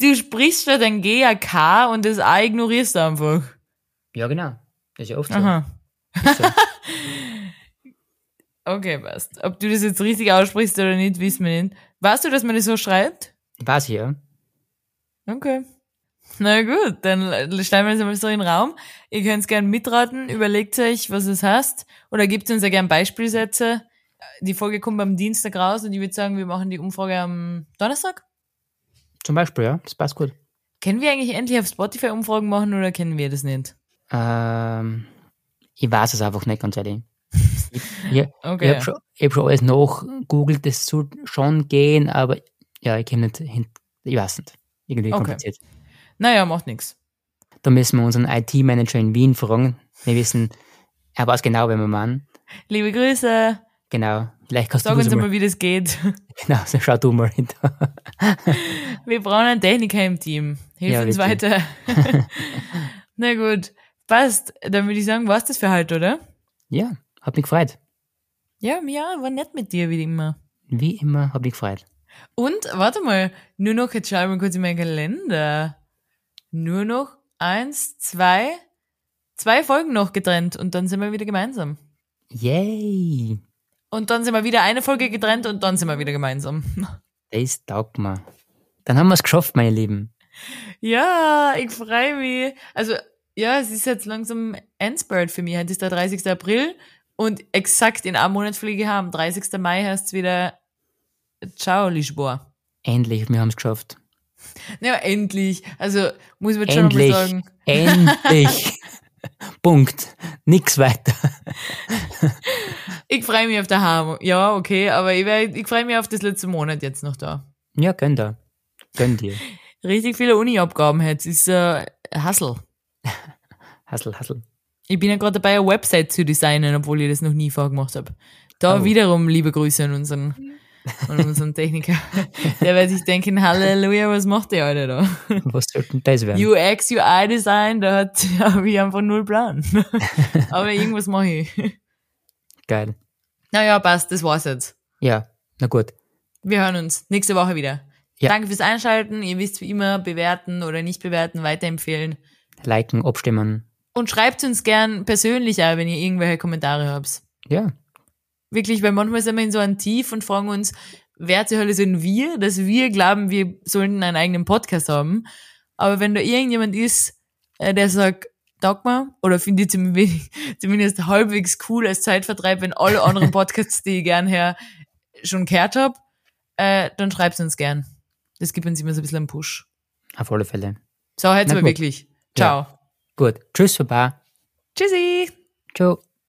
Speaker 4: Du sprichst statt ein G ein K und das A ignorierst du einfach.
Speaker 3: Ja, genau. Das ist ja oft so.
Speaker 4: Aha.
Speaker 3: Ist so.
Speaker 4: Okay, passt. Ob du das jetzt richtig aussprichst oder nicht, wissen wir nicht. Weißt du, dass man das so schreibt?
Speaker 3: Weiß ich, ja.
Speaker 4: Okay. Na gut, dann stellen wir das einmal so in den Raum. Ihr könnt gerne mitraten, überlegt euch, was es heißt, oder gebt uns ja gerne Beispielsätze. Die Folge kommt am Dienstag raus und ich würde sagen, wir machen die Umfrage am Donnerstag.
Speaker 3: Zum Beispiel, ja, das passt gut.
Speaker 4: Können wir eigentlich endlich auf Spotify Umfragen machen oder kennen wir das nicht?
Speaker 3: Ähm, ich weiß es einfach nicht, ganz ehrlich. Ich, ich,
Speaker 4: Okay.
Speaker 3: ich habe schon, ich hab schon alles nachgegoogelt, das soll schon gehen, aber ja, ich komme nicht hin, ich weiß nicht. Irgendwie
Speaker 4: Okay.
Speaker 3: kompliziert.
Speaker 4: Naja, macht nichts.
Speaker 3: Da müssen wir unseren IT-Manager in Wien fragen. Wir wissen, er weiß genau, wer wir meinen.
Speaker 4: Liebe Grüße.
Speaker 3: Genau, vielleicht kannst
Speaker 4: Sag
Speaker 3: du das
Speaker 4: uns
Speaker 3: mal.
Speaker 4: einmal, wie das geht.
Speaker 3: Genau, so schau du mal hinter.
Speaker 4: Wir brauchen einen Techniker im Team. Hilf
Speaker 3: Ja,
Speaker 4: uns
Speaker 3: wirklich.
Speaker 4: weiter. Na gut, passt. Dann würde ich sagen, war's das für heute, oder?
Speaker 3: Ja, hab mich gefreut.
Speaker 4: Ja, ja, war nett mit dir, wie immer.
Speaker 3: Wie immer, hab mich gefreut.
Speaker 4: Und, warte mal, nur noch, jetzt schau ich mal kurz in meinen Kalender. Nur noch eins, zwei, zwei Folgen noch getrennt und dann sind wir wieder gemeinsam.
Speaker 3: Yay!
Speaker 4: Und dann sind wir wieder eine Folge getrennt und dann sind wir wieder gemeinsam.
Speaker 3: Das taugt mir. Dann haben wir es geschafft, meine Lieben.
Speaker 4: Ja, ich freue mich. Also, ja, es ist jetzt langsam Endspurt für mich. Heute ist der 30. April und exakt in einem Monat fliege ich heim. 30. Mai heißt es wieder Ciao, Lisboa.
Speaker 3: Endlich, wir haben es geschafft.
Speaker 4: Ja, endlich. Also, muss man jetzt schon nochmal
Speaker 3: Endlich.
Speaker 4: sagen.
Speaker 3: Endlich. Punkt. Nix weiter.
Speaker 4: Ich freue mich auf daheim. Ja, okay, aber ich, werd- ich freue mich auf das letzte Monat jetzt noch da.
Speaker 3: Ja, gönn da. Gönn dir.
Speaker 4: Richtig viele Uni-Abgaben jetzt. Ist äh, Hassel.
Speaker 3: Hassel, Hassel.
Speaker 4: Ich bin ja gerade dabei, eine Website zu designen, obwohl ich das noch nie vorher gemacht habe. Da
Speaker 3: Oh.
Speaker 4: wiederum liebe Grüße an unseren, an unseren Techniker. Der wird sich denken, Halleluja, was macht der heute da?
Speaker 3: Was sollte denn das werden?
Speaker 4: UX, UI Design, da hat habe ich einfach null Plan. Aber irgendwas mache ich.
Speaker 3: Geil.
Speaker 4: Naja, passt, das war's jetzt.
Speaker 3: Ja, na gut.
Speaker 4: Wir hören uns nächste Woche wieder.
Speaker 3: Ja.
Speaker 4: Danke fürs Einschalten. Ihr wisst wie immer, bewerten oder nicht bewerten, weiterempfehlen.
Speaker 3: Liken, abstimmen.
Speaker 4: Und schreibt uns gern persönlich auch, wenn ihr irgendwelche Kommentare habt.
Speaker 3: Ja,
Speaker 4: Wirklich, weil manchmal sind wir in so einem Tief und fragen uns, wer zur Hölle sind wir, dass wir glauben, wir sollten einen eigenen Podcast haben. Aber wenn da irgendjemand ist, äh, der sagt, taugt mir, oder finde ich zum- zumindest halbwegs cool als Zeitvertreib, wenn alle anderen Podcasts, die ich gern her schon gehört habe, äh, dann schreibt uns gern. Das gibt uns immer so ein bisschen einen Push.
Speaker 3: auf alle Fälle.
Speaker 4: So, jetzt
Speaker 3: Na
Speaker 4: aber
Speaker 3: gut.
Speaker 4: wirklich. Ciao.
Speaker 3: Gut. Tschüss, Baba.
Speaker 4: Tschüssi.
Speaker 3: Ciao.